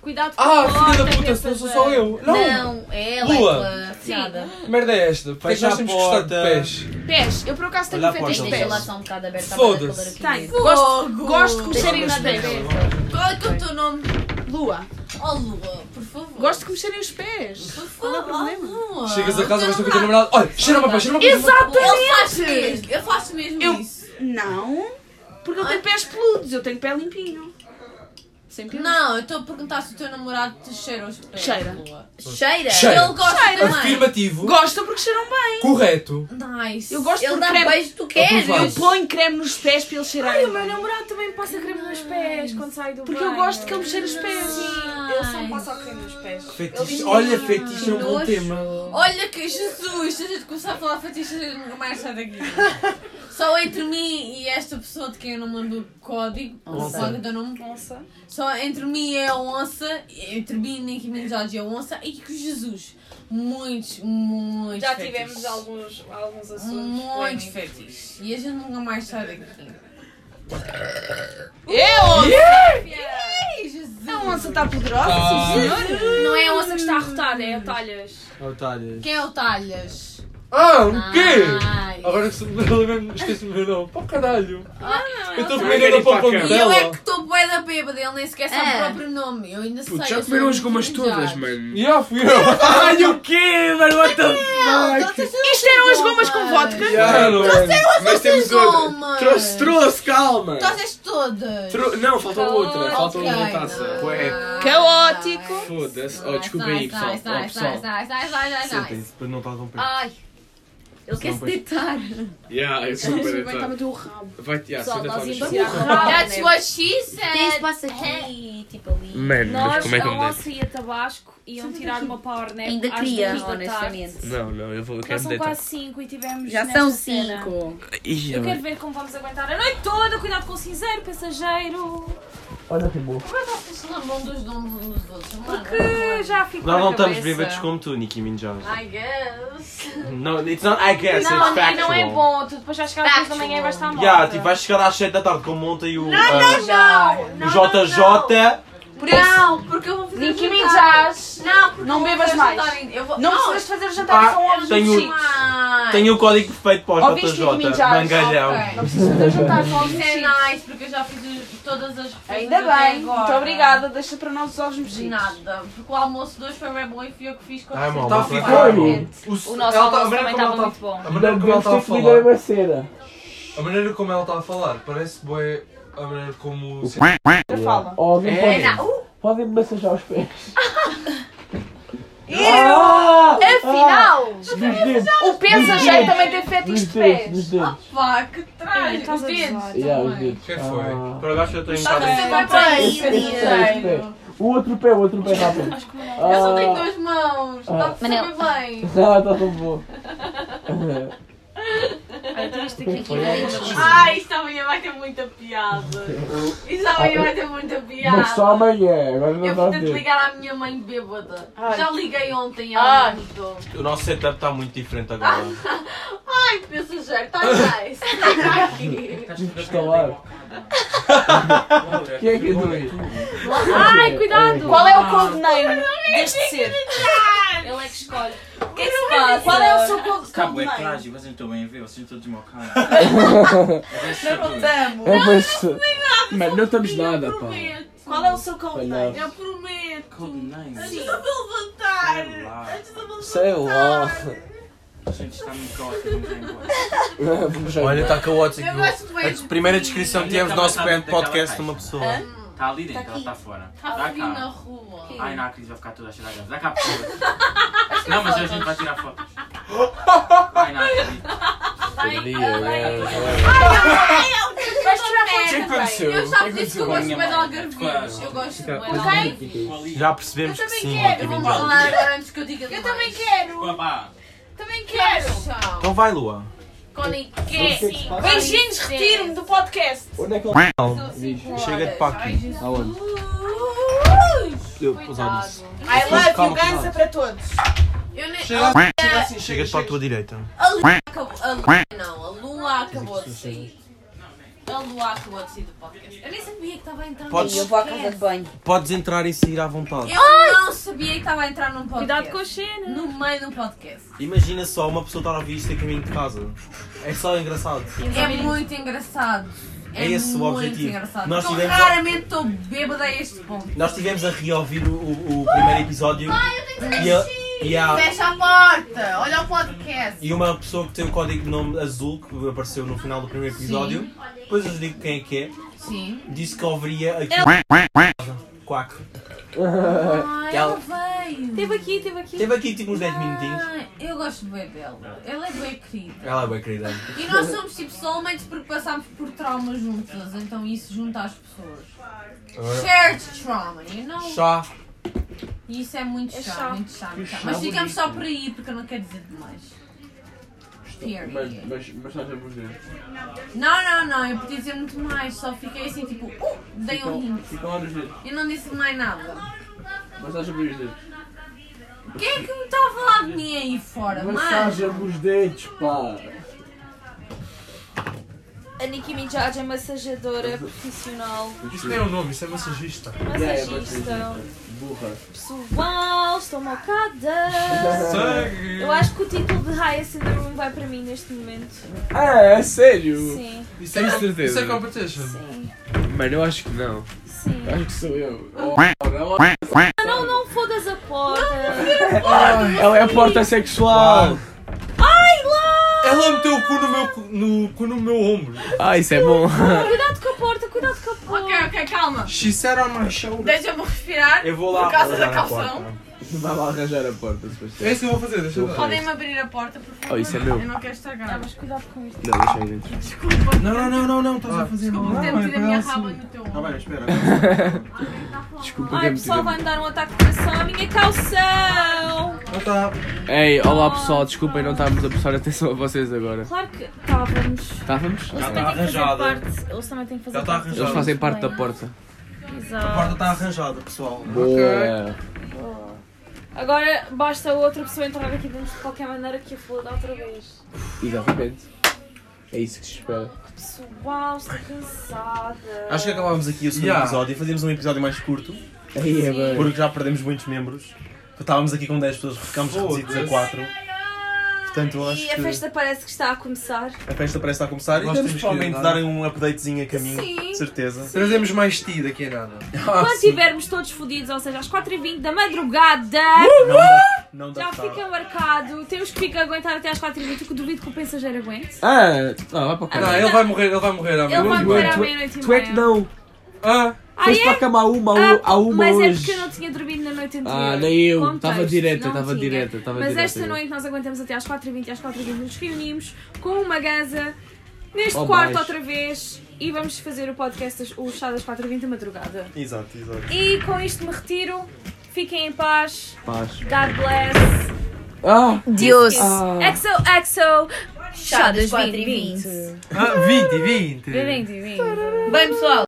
Cuidado com Ah, a filha da porta, puta, que se não sou é só para- eu. Não! Não, é ela. Lua. é Piada. Que merda é esta? Porquê é que Fecha nós a temos que gostar de porta. pés? tá Pés. Eu por acaso tenho Olha a um porta, fetiche de Deixa lá pés. só um bocado aberta Foda-se. para Tenho. Gosto, gosto de mexerem os Deixa-me pés. Qual é que é o teu nome? Lua. Oh, Lua, por favor. Gosto de mexerem os pés. é Por favor, Ah. oh, Lua. Chegas a casa, O vais teu ter com o teu namorado. namorado- Olha, cheira-me a pés, cheira-me a pés. Ele faz mesmo. Eu faço mesmo Eu- isso. Não. Porque ele tem pés peludos, eu tenho pé limpinho. Sem pelo. Não, eu estou a perguntar se o teu namorado te cheira os pés. Cheira. Lua. Cheira. Cheira. Ele gosta também. Afirmativo. Gostam porque cheiram bem. Correto. Nice. Eu gosto Ele porque dá creme. beijo que é, tu queres. Aprovado. Eu Eu ponho creme nos pés para eles cheirarem. O meu namorado também passa creme nos pés quando sai do Porque eu banho. gosto que ele me cheire os pés. Ele um só me passa o creme nos pés. Fetiche. Olha, fetiche é um bom tema. Olha que Jesus, se a gente começar a falar fetiches, eu nunca mais saio daqui. Só entre mim e esta pessoa de quem eu não me lembro o código, o Onça. código do nome, Nossa. só entre mim é a onça, entre mim e Nicki Minaj é a onça, e que Jesus, muitos, muitos Já fetiches. tivemos alguns, alguns assuntos. Hum. Muitos polémicos. fetiches. E a gente nunca mais sai daqui. Ei, Jesus! A onça está poderosa, Tá. sim senhor. Não é a onça que está arrotada, é a talhas. Otárias. Quem é o Talhas? Ah, o quê? Ai. Agora que se me lembro, esqueci o meu nome. Pô, caralho. eu Vai estou comendo ver ainda isso para o para a pão cama. E eu dela. é que estou bué da bêbada, ele nem sequer sabe É. o próprio nome. Eu ainda sei. Putz, já eu sou comeram as muito gomas todas, viajada. mano. Yeah, fui eu. Ai, o quê, mano? What the fuck? Isto eram as gomas com vodka. Claro, mano. Mas temos outra. gomas. Trouxe, trouxe, calma. Todas todas. Trou- Não, falta outra. Falta Ok. outra taça. Ué. Caótico. Foda-se. Oh, desculpa aí, pessoal. tá Sai, Oh, sai, sai, pessoal. sai, sai, sai, sai, sai. Sentem-se para não estar tão perto. Ai. Ele quer se pois. deitar. Yeah, eu desculpa. eu tava- do rabo. Vai, yeah, Pessoal, senta nós lá no íamos chão. That's what she Tem said. espaço aqui, tipo ali. Mano, mas Nós, como é que a eu me deito? onça e a tabasco iam tirar uma power nap Ainda às queria, duas da tarde. É honestamente. é Não, não, eu vou, eu Já quero me são deitar. quase 5 e tivemos. Já nesta são cena. cinco. Ih, Eu mano. quero ver como vamos aguentar a noite toda. Cuidado com o cinzeiro, passageiro. Vocês lembram dos nomes uns dos outros, mano? Que já ficou. Nós na não estamos cabeça. bêbados como tu, Nicki Minaj. Oh I guess. No, it's not I guess, it's Não, factual. e não é bom. Tu depois já chegar às 2 da manhã e vais estar morta. Yeah, tipo, vais chegar às 7 da tarde como ontem o, Não, ah, o ah, JJ. Por isso, não, porque eu vou fazer Nicki jantar. Minaj. Não, porque Não eu vou bebas fazer mais. jantar ainda. Eu vou... Não não precisas fazer Tá, jantar, são ovos Ah, tenho- mexidos. mais. Tenho o código perfeito para o Ouviste JJ. Nicki Minaj? Mangalhão. Ok. Não precisas fazer jantar, são ovos Isso mexidos. é nice, porque eu já fiz os- todas as refeições Ainda até bem, agora. muito obrigada. Deixa para nós os ovos De mexidos. nada, porque o almoço de hoje foi bem bom e fui eu que fiz com Ai, mal, Tá mal, ficando. mal. O nosso Ela tá- almoço a maneira também como estava ela muito bom. tá- A maneira como ela está a falar. uma cena. A maneira como ela está a falar. Parece bué. A maneira como. Já fala. Alguém É. pode me massajar os pés. Afinal, Ah! Nos dedos, o peso a jeito também tem fetiche de pés. Ah! dedos. Pá, que traz! Estás Os a dedos! gozar. O que é que foi? Ah. Por acaso Tá eu tenho um Estás a ser bocado- bem parecido! O outro pé, o outro pé tá rápido. Eu só tenho duas mãos! Está a ser Manel. bem bem! Ah, tá tão bom. Ai, isto amanhã vai ter muita piada! Isto amanhã vai ter muita piada! amanhã, agora Eu vou ter de ligar à minha mãe bêbada. Ai. Já liguei ontem à Ai. mãe do... O nosso setup está muito diferente agora. Tá Ai, que mensageiro, está nice! Está aqui! Instalar. Quem é que é doido? Ai, cuidado! Qual é o codename deste ser? Ele é que escolhe. O que é que se passa? Qual é o seu Cabo é codename? frágil, vocês não estão bem a ver, vocês não estão desmocados. Perguntamos. É, mas- Mano, não estamos nada, pá. Qual é o seu Tá codename? Eu prometo. Codename? Antes de eu me levantar. Antes de eu me Sei lá. Gente, está muito caótico, não tem voz. É, Olha, está caótico. Eu gosto de ver. A primeira descrição que tivemos do nosso Daquela podcast de caixa. uma pessoa. Hum. Está ali dentro, Tá ela aqui. está fora. Está Dá frio na cá. rua. Ai, não, a Cris vai ficar toda cheia de graça. Dá cá, por favor. Não, mas a gente vai tirar fotos. Ai, não, acredito. Vais tirar O que é que aconteceu? Eu já disse que eu Com a gosto minha mais de mãe? algarvios. Eu gosto Com mais de a- algarvios. Já percebemos que sim. é Vamos eventual. lá agora antes que eu diga Eu demais. também quero. Babá. Também quero. quero. Então vai, Lua. Beijinhos, retiro-me do podcast. Onde é que Chega de paco. Aonde? Eu vou usar isso. I love you Calma, guys calma. é para todos. Eu nem. Chega para a tua direita. A lua acabou. A lua não, a lua acabou de sair. A lua acabou de sair do podcast. Eu nem sabia que estava a entrar no Podes- podcast. Eu vou à casa de banho. Podes entrar e sair à vontade. Eu não sabia que estava a entrar num podcast. Cuidado com as cenas. No meio do podcast. Imagina só uma pessoa estar a ouvir isto a caminho de casa. É só engraçado. É muito engraçado. É esse o muito objetivo. Engraçado. Nós Porque eu tivemos- raramente estou bêbada a este ponto. Nós estivemos a reouvir o, o- o primeiro episódio e, a- e a- Fecha a porta, olha o podcast. e uma pessoa que tem o código de nome azul que apareceu no final do primeiro episódio, depois eu vos digo quem é que é, Sim. disse que ouviria aqui. Quack. Ah, ela Ela- veio. Teve aqui, teve aqui. Teve aqui tipo uns 10 minutinhos. Ah, eu gosto bem dela. Ela é bem querida. Ela é bem querida. E nós somos tipo soulmates porque passámos por traumas juntas, então isso junta as pessoas. Shared trauma, you know? Chá. E isso é muito chato, chato. muito chato. muito chato. chato. Mas ficamos só por aí porque eu não quero dizer demais. Mas, Period. mas, mas estás a perder. Não, não, não, eu podia dizer muito mais, só fiquei assim tipo, uh, dei um hint. Ficam lá nos dedos. Eu não disse mais nada. Mas estás a perder os dedos. Quem é que me está a falar de mim aí fora? Mas. Massagem-me os dedos, pá! A Nicki Minaj é massagedora profissional, Isto nem é o nome, isto é massagista. massagista. É, Burra! Pessoal, estou Ah. mocada. Eu acho que o título de Highest in the Room vai para mim neste momento. Ah, é sério? Sim, Isso é, Tenho certeza. isso é competition. sim, Mano, eu acho que não. sim. Acho que sou eu. Ah, não, não fodas a porta. Ela é a porta sexual! Ai, lá! Ela meteu o cu no meu, cu- no, cu no meu ombro. Ah, isso é bom! Cuidado com a porta, cuidado com a porta. Ok, ok, calma. She said on my shoulder. Deixa-me respirar. Eu vou lá. Por causa da arranjar a calção. porta. Vai lá arranjar a porta, se fosse. É isso que eu vou fazer, deixa eu ver. Podem-me abrir a porta, por favor. Oh, isso é meu. Eu não quero estragar. Mas cuidado com isto. Não, deixa aí dentro. Desculpa. Não, não, não, não, não, estás Ah. a fazer mal. Desculpa é ter metido a minha assim. raba no teu Ah, ombro. bem, espera. Desculpa, Ai, quem o me pessoal tirou. vai me dar um ataque de pressão à minha calção. Não tá. Ei, olá pessoal, desculpem, não estávamos a prestar atenção a vocês agora. Claro que estávamos. Estávamos? Eles também tá têm que fazer arranjada. parte. Eles também têm que fazer Já tá parte. arranjada. Eles fazem parte da Bem. porta. A porta Exato. está arranjada, pessoal. Boa! Oh. Agora basta outra pessoa entrar aqui dentro de qualquer maneira que eu foda outra vez. Exatamente. É isso que se espera. Pessoal, estou cansada. Acho que acabámos aqui o segundo Yeah. episódio e fazíamos um episódio mais curto, Aí é bem. porque já perdemos muitos membros. Estávamos aqui com 10 pessoas, ficámos reduzidos a 4. Ah, Portanto, eu acho E a que festa parece que está a começar. a festa parece estar a começar e Nós temos temos que provavelmente andar. darem um updatezinho a caminho, Sim. de certeza. Trazemos mais ti daqui a nada. Ah, Quando estivermos todos fodidos, ou seja, às 4h20 da madrugada, Uh! Não dá, não dá tá- já para. fica marcado. Temos que ficar aguentar até às 4h20, que eu duvido que o pensageiro aguente. Ah, não, vai para o Não, caralho. ele vai morrer, ele vai morrer à Ele vai Tu- morrer à tu- meia-noite e Tu é que meia. não! Ah, Ah, Foste para é? a cama à uma, Ah, à uma mas é hoje. porque eu não tinha dormido na noite anterior. Ah, nem eu. Contexto, Estava direta, não estava tinha. direta, estava Mas direta. esta é- noite nós aguentamos até às 4h20, às 4h20 nos reunimos com uma gaza neste Oh, quarto mais. outra vez e vamos fazer o podcast O Chá das 4h20 da madrugada. Exato, exato. E com isto me retiro. Fiquem em paz. Paz. God bless. Ah! Deus. XOXO. Chá das Chadas 4 e 20. 20. ah 20, 20. 20, 20. Bem, pessoal.